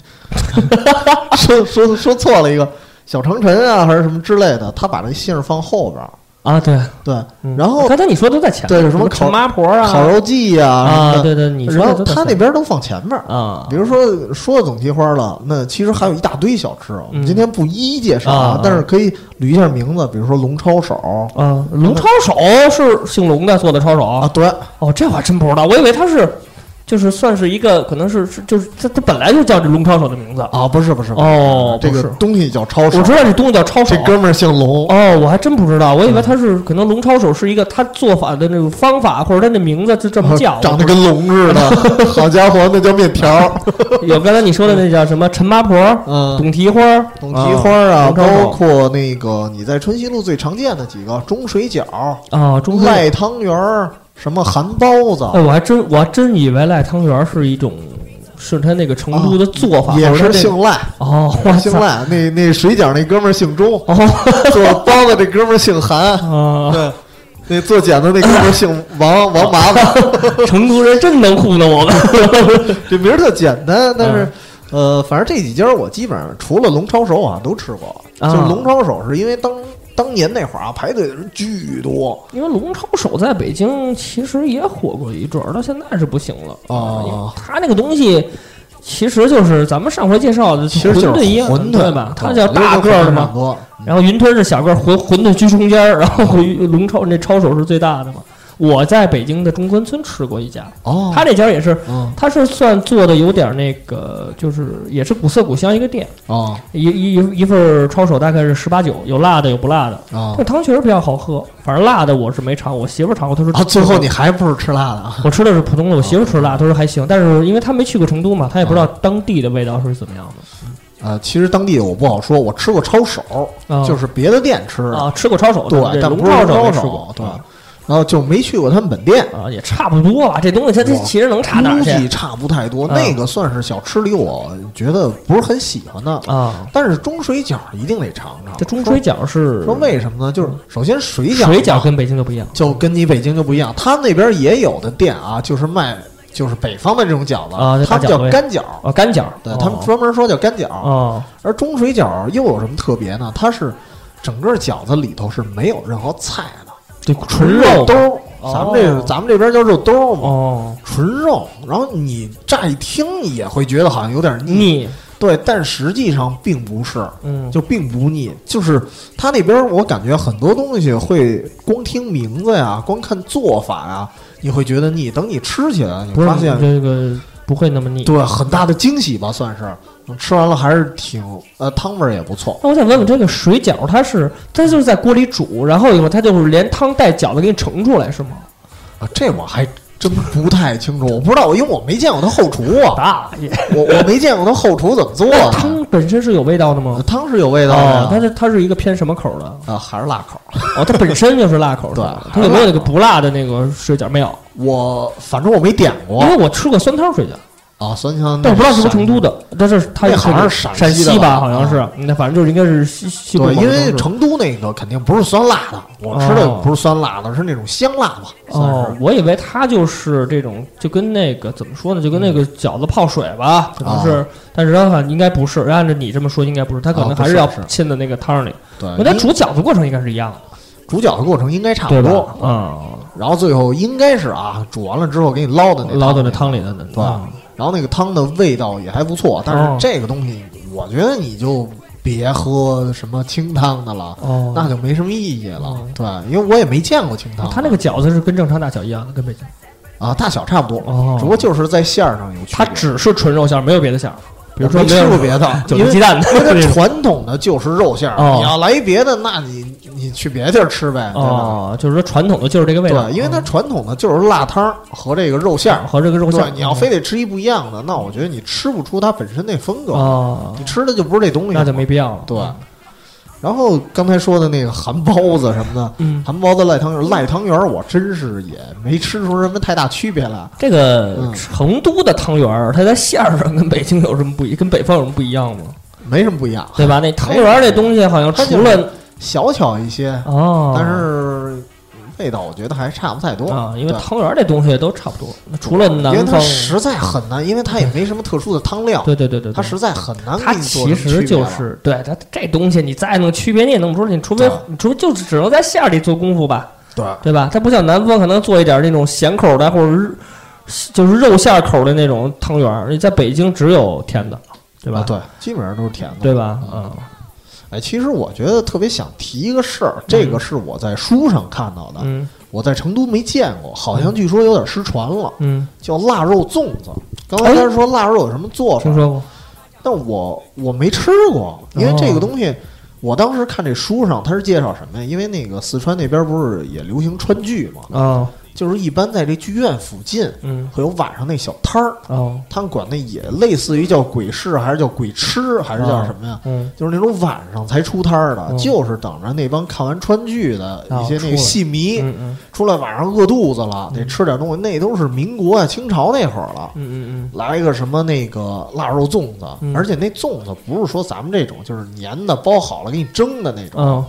(laughs) 说说说错了一个小长陈啊，还是什么之类的，他把这姓儿放后边儿。啊，对，对，嗯然后刚才你说都在前面，对有什什么烤烤麻婆啊，烤肉季呀、啊，什么的对对，你说然的后都在他前那边儿都放前面儿面啊，比如说说总蹄花了，那其实还有一大堆小吃，啊我们今天不一一介绍嗯啊啊但是可以捋一下名字，比如说龙抄手啊，龙抄手是姓龙的做的抄手啊，对，哦，这我还真不知道，我以为他是，就是算是一个，可能是是就是他他本来就叫这龙抄手的名字。啊，不是不是不是哦这不个是东西叫抄手我，知道这东西叫抄手啊这，哥们儿嗯姓龙，哦，我还真不知道，我以为他是可能龙抄手是一个他做法的那种方法，或者他那名字就这么叫。啊 (laughs) 长得跟龙似 (laughs) 的，好家伙，那叫面条儿，有刚才你说的那叫什么陈麻婆、嗯。董蹄花儿、董蹄花儿啊，龙抄手包括那个你在春熙路最常见的几个中水饺、啊，中式。赖汤圆儿、什么韩包子，哎，我还真我还真以为赖汤圆儿是一种，是他那个成都的做法，啊也或者是他那姓赖，哦，哇姓塞赖。那那水饺那哥们儿姓钟，哦 (laughs) 做包子这哥们儿姓韩，啊，对，那做饺子那哥们儿姓王，王麻子，成都人真能糊弄我们。这名儿特简单，但嗯是。呃，反正这几家我基本上除了龙抄手我好像都吃过，啊就是龙抄手是因为当当年那会儿啊排队的人巨多因为龙抄手在北京其实也火过一阵儿，到现在是不行了。因为哦它那个东西其实就是咱们上回介绍的，其实就是馄饨一样，馄饨对吧？它叫我觉得大跟个儿馄饨差的嘛不，多，然后云吞是小个儿，馄馄饨居中间儿，然后 (laughs) 龙抄那抄手是最大的嘛。我在北京的中关村吃过一家，哦，他这家也是，嗯他是算做的有点儿那个，就是也是古色古香一个店，哦一一一一份儿抄手大概是十八九，有辣的有不辣的，哦这汤确实比较好喝，反正辣的我是没尝，我媳妇儿尝过，她说啊，最后你哦还不是吃辣的啊？我吃的是普通的，我媳妇儿吃辣，她说还行，但是因为她没去过成都嘛，她也不知道哦当地的味道是怎么样啊，其实当地我不好说，我吃过抄手，的，啊就是别的店吃的，啊吃过抄手，对，但龙不是抄龙抄没吃手过，，嗯对，然后就没去过他们本店，啊也差不多吧，这东西它它我其实能差哪儿估计去差不太多。嗯那个算是小吃里，我觉得不是很喜欢的。啊？但是中水饺一定得尝尝。这中水饺是说说啊为什么呢？就是首先水饺，水饺跟北京就不一样就跟你北京就不一样，他们那边也有的店啊，就是卖就是北方的这种饺子，啊这他们大饺叫子干饺，啊，干饺对、他们专门说叫干饺。哦而中水饺又有什么特别呢？它是整个饺子里头是没有任何菜的，对纯肉兜儿。哦咱们这是咱们这边叫肉兜儿嘛，哦纯肉。然后你乍一听也会觉得好像有点腻，腻对，但实际上并不是，嗯就并不腻。就是它那边我感觉很多东西会光听名字呀，光看做法呀，你会觉得腻。等你吃起来，你不是发现这个不会那么腻。对很大的惊喜吧，算是。吃完了还是挺呃汤味儿也不错。那我想问问，这个水饺它是它就是在锅里煮，然后以后它就是连汤带饺子给你盛出来是吗？啊，这我还真不太清楚，我不知道，因为我没见过他后厨啊，大爷，我我没见过他后厨怎么做那的。汤本身是有味道的吗呃？汤是有味道哦，它的呀，是它是一个偏什么口的？啊，还是辣口。哦，它本身就是辣口的。对它有没有那个不辣的那个水饺？没有，我反正我没点过因为我吃过酸汤水饺，啊，酸香。嗯但我不知道是不是那成都的，但是它那好像是陕陕西的西吧，吧啊好像是，那反正就是应该是西西对，北。因为成都那个肯定不是酸辣的，我吃的哦不是酸辣的，是那种香辣吧，算哦是。，我以为它就是这种，就跟那个怎么说呢，就跟那个嗯饺子泡水吧，可哦能是，但是它好像应该不是。按照你这么说，应该不是，它可啊能不还是是要是浸在那个汤里。对，那它因煮饺子过程应该是一样的，煮饺的过程应该差对不吧多，？嗯，然后最后应该是啊，煮完了之后给你捞的那捞到那那汤里的啊那嗯对吧？然后那个汤的味道也还不错，但哦是这个东西，我觉得你就别喝什么清汤的了，哦，那就没什么意义了哦。对，因为我也没见过清汤的。它那个饺子是跟正常大小一样的，跟北京。啊，大小差不多，哦只不过就是在馅儿上有区它别。只是纯肉馅儿，没有别的馅儿，比如说我没没有吃过别 (laughs) 的，韭因菜为鸡蛋的因为那它种。传统的就是肉馅儿，哦你要来一别的，那你你去别的地儿吃呗，对吧？哦，就是说传统的就是这个味道，对，因为它传统的就是辣汤儿和这个肉馅儿嗯。和这个肉馅儿对，，你要非得吃一不一样的，那我觉得你吃不出它本身那风格。哦，你吃的就不是这东西，那就没必要了。对。然后刚才说的那个韩包子什么的，嗯韩包子、赖汤圆、赖汤圆，我真是也没吃出什么太大区别来。这个嗯 (laughs) 成都的汤圆儿，它在馅儿上跟北京有什么不一？跟北方有什么不一样吗？没什么不一样，对吧？那汤圆儿这东西好像除它就了小巧一些，哦，但是味道我觉得还差不太多啊，因为对汤圆儿这东西都差不多，除了因为南它方，实在很难，因为它也没什么特殊的汤料，对对对对，对它实在很难它给你做其出区别实来。就是对它这东西，你再弄区别你也弄不出来，你除非对你除非就是只能在馅儿里做功夫吧，对对吧？它不像南方可能做一点那种咸口的或者是就是肉馅儿口的那种汤圆儿，你在北京只有甜的，对吧？啊对，基本上都是甜的。对吧？嗯哎，其实我觉得特别想提一个事儿，这个是我在书上看到的，嗯我在成都没见过，好像据说有点失传了，嗯，叫腊肉粽子。刚才他说腊肉有什么做法哎听，说过，但我我没吃过，因为这哦个东西，我当时看这书上它是介绍什么呀？因为那个四川那边不是也流行川剧嘛，哦就是一般在这剧院附近嗯会有晚上那小摊儿，哦他们管那也类似于叫鬼市，还是叫鬼吃，还是叫什么呀？嗯就是那种晚上才出摊儿的，嗯就是等着那帮看完川剧的哦一些那出来个戏迷、嗯嗯出来，晚上饿肚子了，得吃点东西。那都是民国啊、清朝那会儿了，嗯嗯来一个什么那个腊肉粽子，嗯而且那粽子不是说咱们这种就是粘的包好了给你蒸的那嗯，种，哦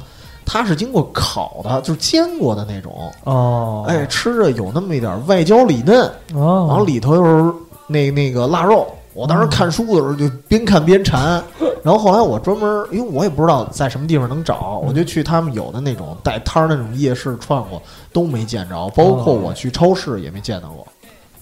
它是经过烤的，就是煎过的那种。哦，哎，吃着有那么一点外焦里嫩，哦，然后里头又是那那个腊肉。我当时看书的时候就边看边馋，然后后来我专门，因为我也不知道在什么地方能找，我就去他们有的那种带摊儿那种夜市串过，都没见着，包括我去超市也没见到过。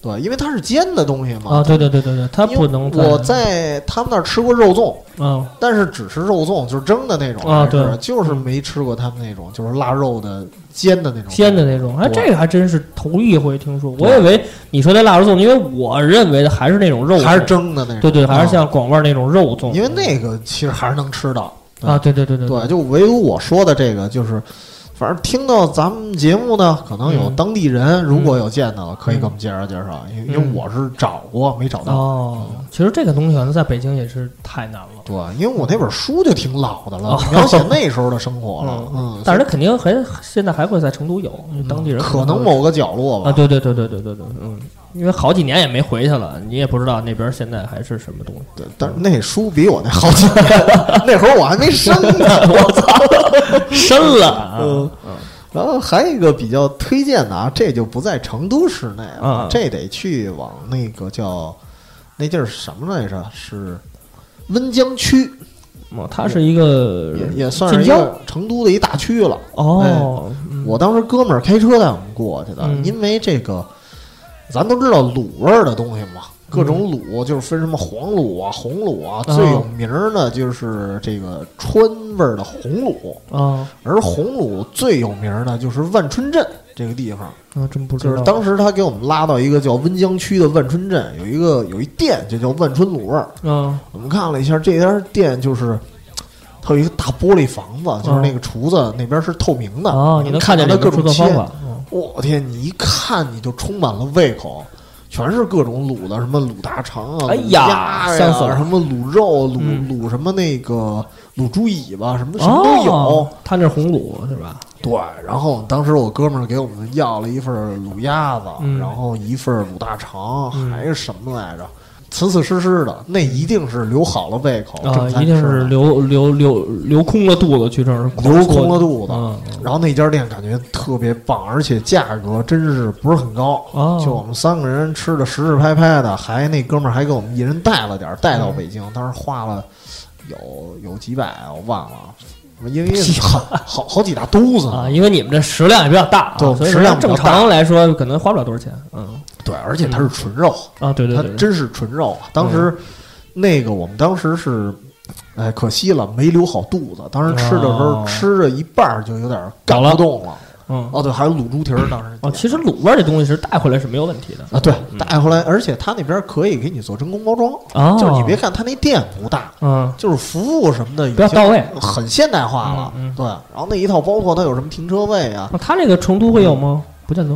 对，因为它是煎的东西嘛。啊，对对对对对，它因为不能我在他们那儿吃过肉粽，嗯但是只是肉粽，就是蒸的那种啊还是对就是没吃过他们那种就是腊肉的煎的那种鲜的那种，哎，对这个还真是头一回听说。我以为你说那腊肉粽，因为我认为的还是那种肉粽，还是蒸的那种，对对，还啊是像广味儿那种肉粽，因为那个其实还是能吃到。啊，对对对对对，就唯独我说的这个，就是反正听到咱们节目呢，可能有嗯当地人，如果有见到的，可以给我们介绍介绍，因为因为嗯我是找过没找到。哦，其实这个东西可能在北京也是太难了，对，因为我那本书就挺老的了哦，描写那时候的生活 (laughs) 了。嗯，但是它肯定还现在还会在成都有，因为当地人可能会某个角落啊，吧。对对对对对对对，嗯，因为好几年也没回去了，你也不知道那边现在还是什么东西。对，但是那书比我那好几年了，那会儿我还没生呢，我操！嗯深了啊，然后还有一个比较推荐的啊，这就不在成都市内了，嗯嗯这得去往那个叫那地儿什么来着？是温江区，哦它是一个也哎也算是一近郊个成都的一大区了。哦，我当时哥们儿开车带我们过去的，嗯因为这个咱都知道卤味儿的东西嘛。各嗯种卤就是分什么黄卤啊、红卤啊，哦最有名儿的就是这个川味儿的红卤，哦，而红卤最有名儿的就是万春镇这个地方。那哦真不知就道，是当时他给我们拉到一个叫温江区的万春镇，有一个有一店就叫万春卤味儿。嗯我们看了一下这家店，就是它有一个大玻璃房子，就是那个厨子那边是透明嗯的，嗯哦，你能看见它这各个制种作切方。法，嗯我天，你一看你就充满了胃口。全是各种卤的，什么卤大肠啊，哎卤呀鸭香死了什么卤肉，卤、嗯卤什么那个卤猪尾巴，什么什么都有。哦他那是红卤是吧？对，然后当时我哥们儿给我们要了一份儿卤鸭子，嗯然后一份儿卤大肠，嗯还是什么来着？瓷瓷实实的，那一定是留好了胃口，啊，哦正餐一定吃是的留留留留空了肚子去这儿狂留做空了肚子。嗯然后那家店感觉特别棒，而且价格真是不是很高。哦就我们三个人吃的实实拍拍的，还那哥们儿还给我们一人带了点儿，带到北嗯京，当时花了有有几百，我忘了，因 (laughs) 为好好好几大兜子呢啊，因为你们这食量也比较大啊，嗯对所以食量比较正大常来说可能花不了多少钱。嗯对，而且它是纯肉。啊，对对它对，对真是纯肉啊！当时、那个我们当时是，哎，可惜了，没留好肚子。当时吃的时候、哦吃着一半儿就有点搞干了不动了。嗯哦，对，还有卤猪蹄儿，当时哦，其实卤味儿这东西是带回来是没有问题的啊，对，带回来，而且他那边可以给你做真空包装，哦就是你别看他那店不大。嗯就是服务什么的已不要经到位很现代化了，嗯嗯对。然后那一套包括它有什么停车位啊，那他这个成都会有吗？不见得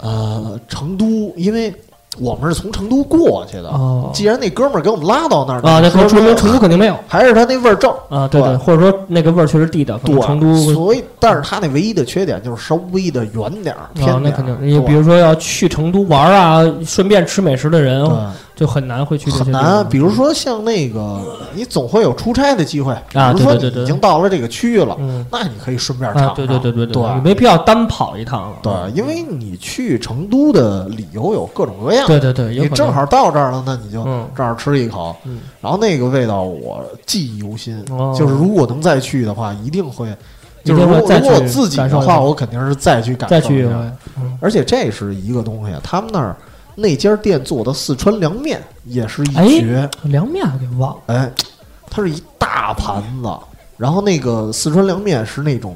呃，成都，因为我们是从成都过去的，哦既然那哥们儿给我们拉到那儿啊，那可能说说明成都肯定没有还是他那味儿正啊，对对，对或者说那个味儿确实地道，可能对，成都所以但是他那唯一的缺点就是稍微的远点儿，偏啊，点那儿肯定，对你比如说要去成都玩儿啊，顺便吃美食的人对就很难会去这些很地方嗯难。比如说像那个，你总会有出差的机会啊比如说对你对对对已经到了这个区域了，嗯那你可以顺便唱啊唱。，对对对对对你没必要单跑一趟啊了。对因为你去成都的理由有各种各样。对对对，有你可能正好到这儿了，那你就嗯这儿吃一口，嗯然后那个味道我记忆犹新。哦就是如果能再去的话，一定会。一就定是会如果再如果我去自己的感受一话，下我肯定是再去感受再去一嗯一回下。而且这是一个东西，他们那儿那家店做的四川凉面也是一哎绝。凉面我给忘了。哎，它是一大盘子，然后那个四川凉面是那种，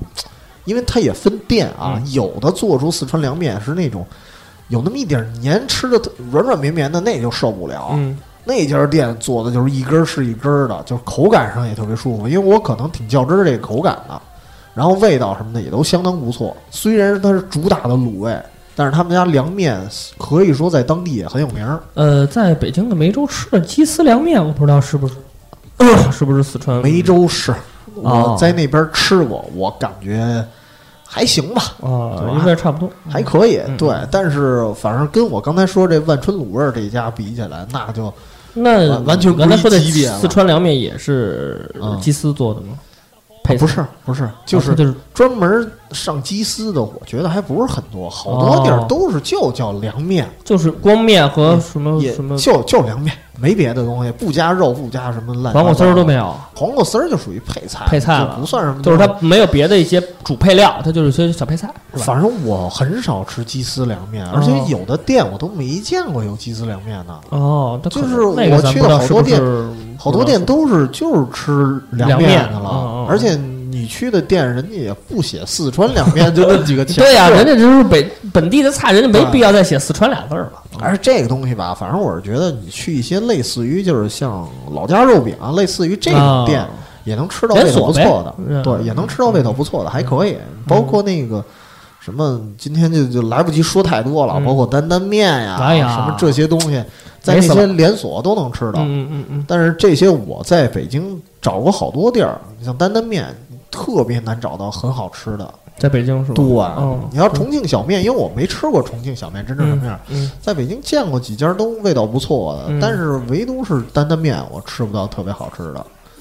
因为它也分店啊，嗯有的做出四川凉面是那种有那么一点黏，吃的软软绵绵的，那就受不了。嗯，那家店做的就是一根儿是一根儿的，就是口感上也特别舒服，因为我可能挺较真儿这个口感的，然后味道什么的也都相当不错。虽然它是主打的卤味，但是他们家凉面可以说在当地也很有名儿。呃，在北京的梅州吃的鸡丝凉面，我不知道是不是是不是四川梅州市，哦我在那边吃过，我感觉还行吧，啊，对吧应该差不多。还可以。嗯对，但是反正跟我刚才说这万春卤味儿这家比起来，那就那完完全不刚才说的一级别了四川凉面也是嗯鸡丝做的吗？配菜不是不是，就啊是就是专门上鸡丝的，我觉得还不是很多，好多地儿都是就叫凉面，就是光面和什么嗯也哦什么就就凉面，没别的东西，不加肉，不加什么烂。黄瓜丝儿都没，有，黄瓜丝儿就属于配菜，配菜了就不算什么，就是它。没有别的一些主配料，它就是一些小配菜，是吧？反正我很少吃鸡丝凉面，而且有的店我都没见过有鸡丝凉面的，哦，它可能就是那个我咱去不知了道好是多不是店好多店都是就是吃凉的凉面嗯嗯了嗯，而且你去的店人家也不写四川凉面，就那几 (laughs) 个钱。对呀、人家就是北本地的菜，人家没对必要再写四川俩字儿了。而这个东西吧，反正我是觉得你去一些类似于就是像老家肉饼啊，类似于这种店，啊也能吃到味道不错的，连锁呗啊嗯对，也能吃到味道不错的，还可以。包括那个什么，今天就就来不及说太多了，嗯包括担担面呀，哎呀什么这些东西，在美那死了些连锁都能吃到。嗯嗯嗯但是这些我在北京找过好多地儿，你像担担面，特别难找到很好吃的。嗯，在北京是吧？对，嗯你要重庆小面，因为我没吃过重庆小面真正什么样。嗯，在北京见过几家都味道不错的，嗯但是唯独是担担面，我吃不到特别好吃的。嗯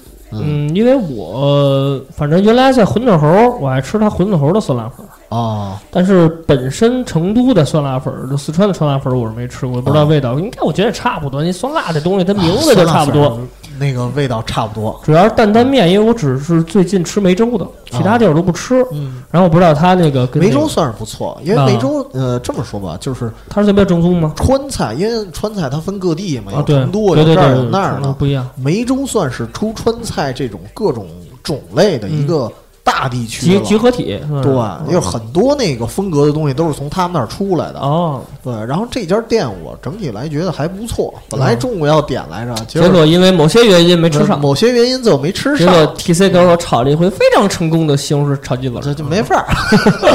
嗯，因为我呃反正原来在馄饨侯，我爱吃他馄饨侯的酸辣粉儿，啊，但是本身成都的酸辣粉儿，就四川的酸辣粉儿，我是没吃过，不知道啊味道。应该我觉得也差不多，那酸辣这东西它名字就啊差不多。，那个味道差不多。主要是担担面，因为我只是最近吃梅州的，其他地儿我都不吃。嗯，然后我不知道他那个跟啊梅那州个算是不错，因为啊梅州呃这么说吧，就是他是代表正宗吗？川菜，因为川菜它分各地嘛，啊，有对，哎成都对有对这对儿有对，那儿嗯的。不一样。梅州算是出川菜这种各种种类的一个大地区集了。集嗯合体，嗯对，有很多那个风格的东西都是从他们那儿出来的。哦，对，然后这家店我整体来觉得还不错，本来中午要点来着，结嗯结果因为某些原因没吃上，某些原因最后没吃结上果，TC 给我炒了一回非常成功的西红柿炒鸡腿儿，这就没法儿。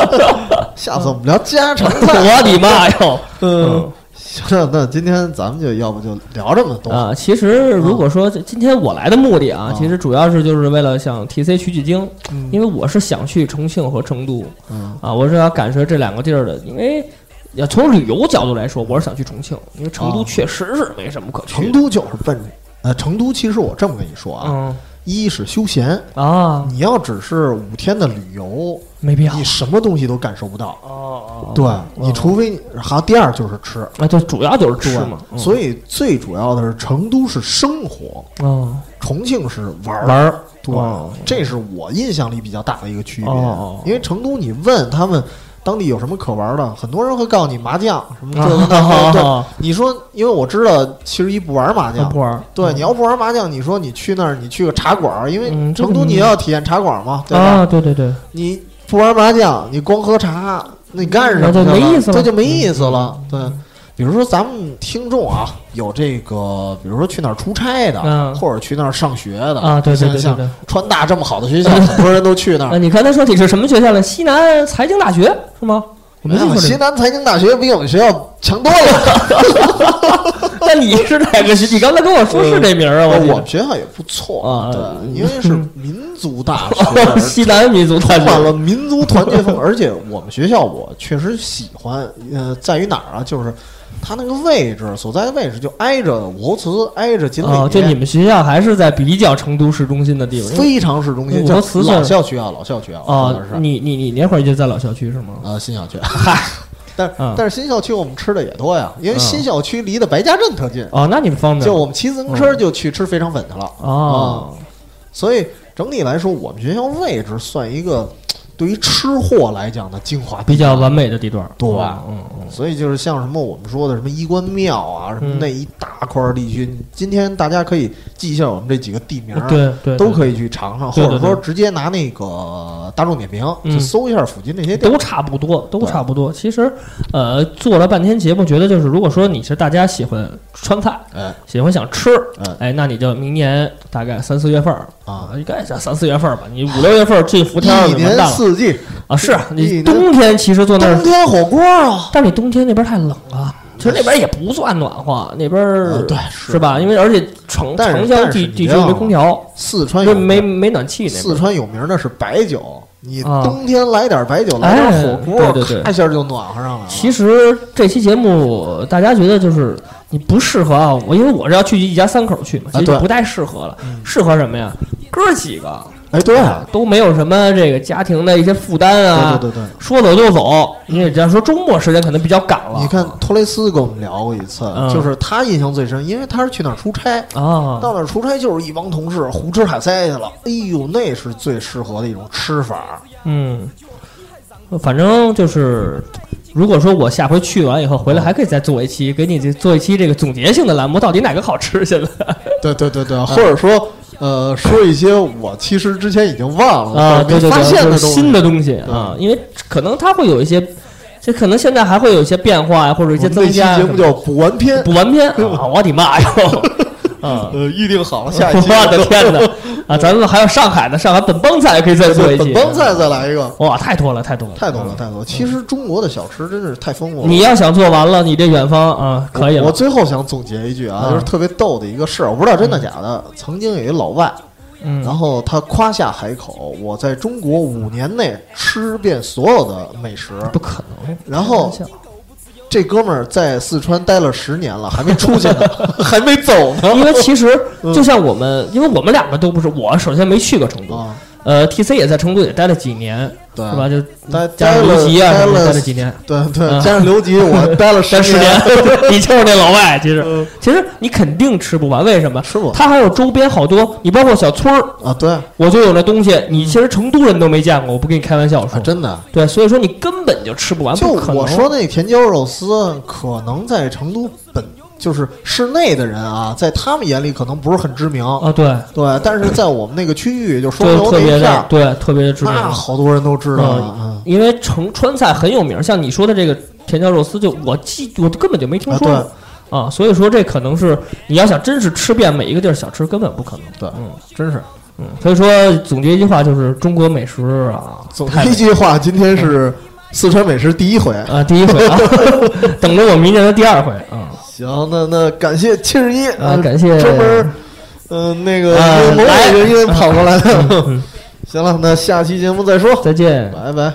(laughs) 下次我们聊家常菜。 (laughs) 我的妈哟！嗯，行，那今天咱们就要不就聊这么多啊，其实如果说今天我来的目的啊，其实主要是就是为了向 TC 取取经，因为我是想去重庆和成都嗯啊，我是要感受这两个地儿的，因为。要从旅游角度来说，我是想去重庆，因为成都哦确实是没什么可去的。成都就是奔，呃，成都其实我这么跟你说啊，嗯一是休闲，啊，你要只是五天的旅游，没必要。你什么东西都感受不到。哦对，你除非还有第二就是吃，啊，就主要就是吃对嘛，，嗯所以最主要的是成都是生活，哦重庆是玩儿玩儿对，哦这是我印象里比较大的一个区别。哦哦因为成都，你问他们当地有什么可玩的，很多人会告诉你麻将什么这 (laughs) 个那啊个。对，啊你说，因为我知道其实一不玩麻将不。玩儿，对，你要不玩麻将，你说你去那儿，你去个茶馆儿，因为嗯这个成都你你要体验茶馆儿嘛，对吧？啊，对对对，你不玩麻将，你光喝茶，那你干什么那去就了？没意思了嗯这就没意思了。对，比如说咱们听众啊，有这个，比如说去那儿出差的，嗯或者去那儿上学的啊对对对对像对像川大这么好的学校，很多人都去那啊，儿。你刚才说你是什么学校的？西南财经大学是吗？我没没记有，错哎西这个。南财经大学比我们学校强多了。 (laughs) 那你是哪个学？你刚才跟我说是这名儿啊？嗯我 (laughs) 我 (laughs) 们学校也不错啊对，因为是民族大学，记 (laughs) 得西南民族大充满学了民族团结风。而且我们学校我确实喜欢，呃，在于哪儿啊？就是它那个位置所在的位置就挨着武侯祠，挨着锦里，啊，就你们学校还是在比较成都市中心的地方因为非常市中心，武侯祠就是老是校区啊，老校区啊，我说的啊？是你你你那会儿就在老校区是吗？啊新校区，嗨。 (laughs) 但嗯但是新校区我们吃的也多呀，因为嗯新校区离的白家镇特近，哦，那你们方便就啊我们骑自行车就去吃肥肠粉去了。哦，所以整体来说，我们学校位置算一个对于吃货来讲的精华地比较带完美的地段，对啊吧嗯嗯，所以就是像什么我们说的什么衣冠庙啊，什么嗯那一大块儿地区，今天大家可以记一下我们这几个地名儿，对对，都可以去尝尝，或对对者说对直接拿那个大众点评嗯就搜一下附近那些地儿。都差不多，都差不多。其实，呃，做了半天节目，觉得就是，如果说你是大家喜欢川菜，哎喜欢想吃，嗯哎，那你就明年大概三四月份儿啊，应该叫三四月份儿吧。你五六月份儿进伏天儿一就完年蛋了四季，啊！是啊一你年冬天其实坐那冬儿，天火锅啊，但是你冬天那边太冷了，其实那边也不算暖和，那边呃儿对是是吧？因为而且城但是城郊但是地你地别区没忘空了调，四川没有没没暖气那边儿。哎四川有名的是白酒，你啊冬天来点白酒，来哎点火锅，对对对咔一下就暖和上来了。其实这期节目大家觉得就是你不适合啊，我因为我是要去一家三口去啊嘛，其实对嗯不太适合了。适合什么呀？哥几个哎，对啊，都没有什么这个家庭的一些负担啊，对对对对说走就走。因为只要说周末时间可能比较赶了，你看托雷斯跟我们聊过一次嗯，就是他印象最深，因为他是去那儿出差，啊，到那儿出差就是一帮同事胡吃海塞去了。哎呦，那是最适合的一种吃法。嗯，反正就是。如果说我下回去完以后回来还可以再做一期，给你这做一期这个总结性的栏目，到底哪个好吃？现在对对对对，或者说，呃，说一些我其实之前已经忘了啊，或者没对对对，发现就的是东西新的东西啊，因为可能它会有一些，这可能现在还会有一些变化呀，或者一些我们增那期加呀。节目叫补完篇，补完篇啊，我的妈哟！啊，呃，预定好了 (laughs) 下一期。我的天哪！ (laughs) 啊，咱们还有上海的，上海本帮菜也可以再做一期。本帮菜再来一个，哇，太多了，太多了，太多了，。太多了。其实中国的小吃真是太丰富了。你要想做完了，你这远方啊，可以我了。最后想总结一句啊，嗯就是特别逗的一个事儿，我不知道真的假的。曾经有一老外，嗯然后他夸下海口，我在中国五年内吃遍所有的美食。不可能。然 (laughs) 后开玩笑这哥们儿在四川待了十年了，还没出 (laughs) 去呢，还没走呢。因为其实嗯就像我们，因为我们两个都不是，我首先没去过成都，啊，嗯呃，T C 也在成都也待了几年，对是吧？就待加待上了留级啊待什么的，了待了几年，对对，嗯加上留级，我待了 (laughs) 十 (laughs) 待十年嗯年， (laughs) 你就是那老外。其实，其实你肯定吃不完，为什么？吃不完它还有周边好多，你包括小村儿，啊，对啊，我就有那东西，你其实成都人都没见过，我不跟你开玩笑说。啊真的。对，所以说你根本就吃不完，就不哦可能我说那甜椒肉丝，可能在成都本就是市内的人啊，在他们眼里可能不是很知名，啊，对，对，但是在我们那个区域，就双就流特那别一片的儿，，对，特别的知名。那好多人都知道嗯啊，，因为成川菜很有名，像你说的这个甜椒肉丝，就我记我根本就没听说啊过啊，所以说这可能是你要想真是吃遍每一个地儿小吃，根本不可能。对嗯真是。嗯，所以说总结一句话就是中国美食啊，总太结一句话，今天是四川美食第一回。啊第一回啊， (laughs) 等着我明年的第二回啊行，那那感谢七十一啊，感谢专门，呃，那个啊因为某来种原因跑过来的。嗯行了，那下期节目再说，再见。拜拜。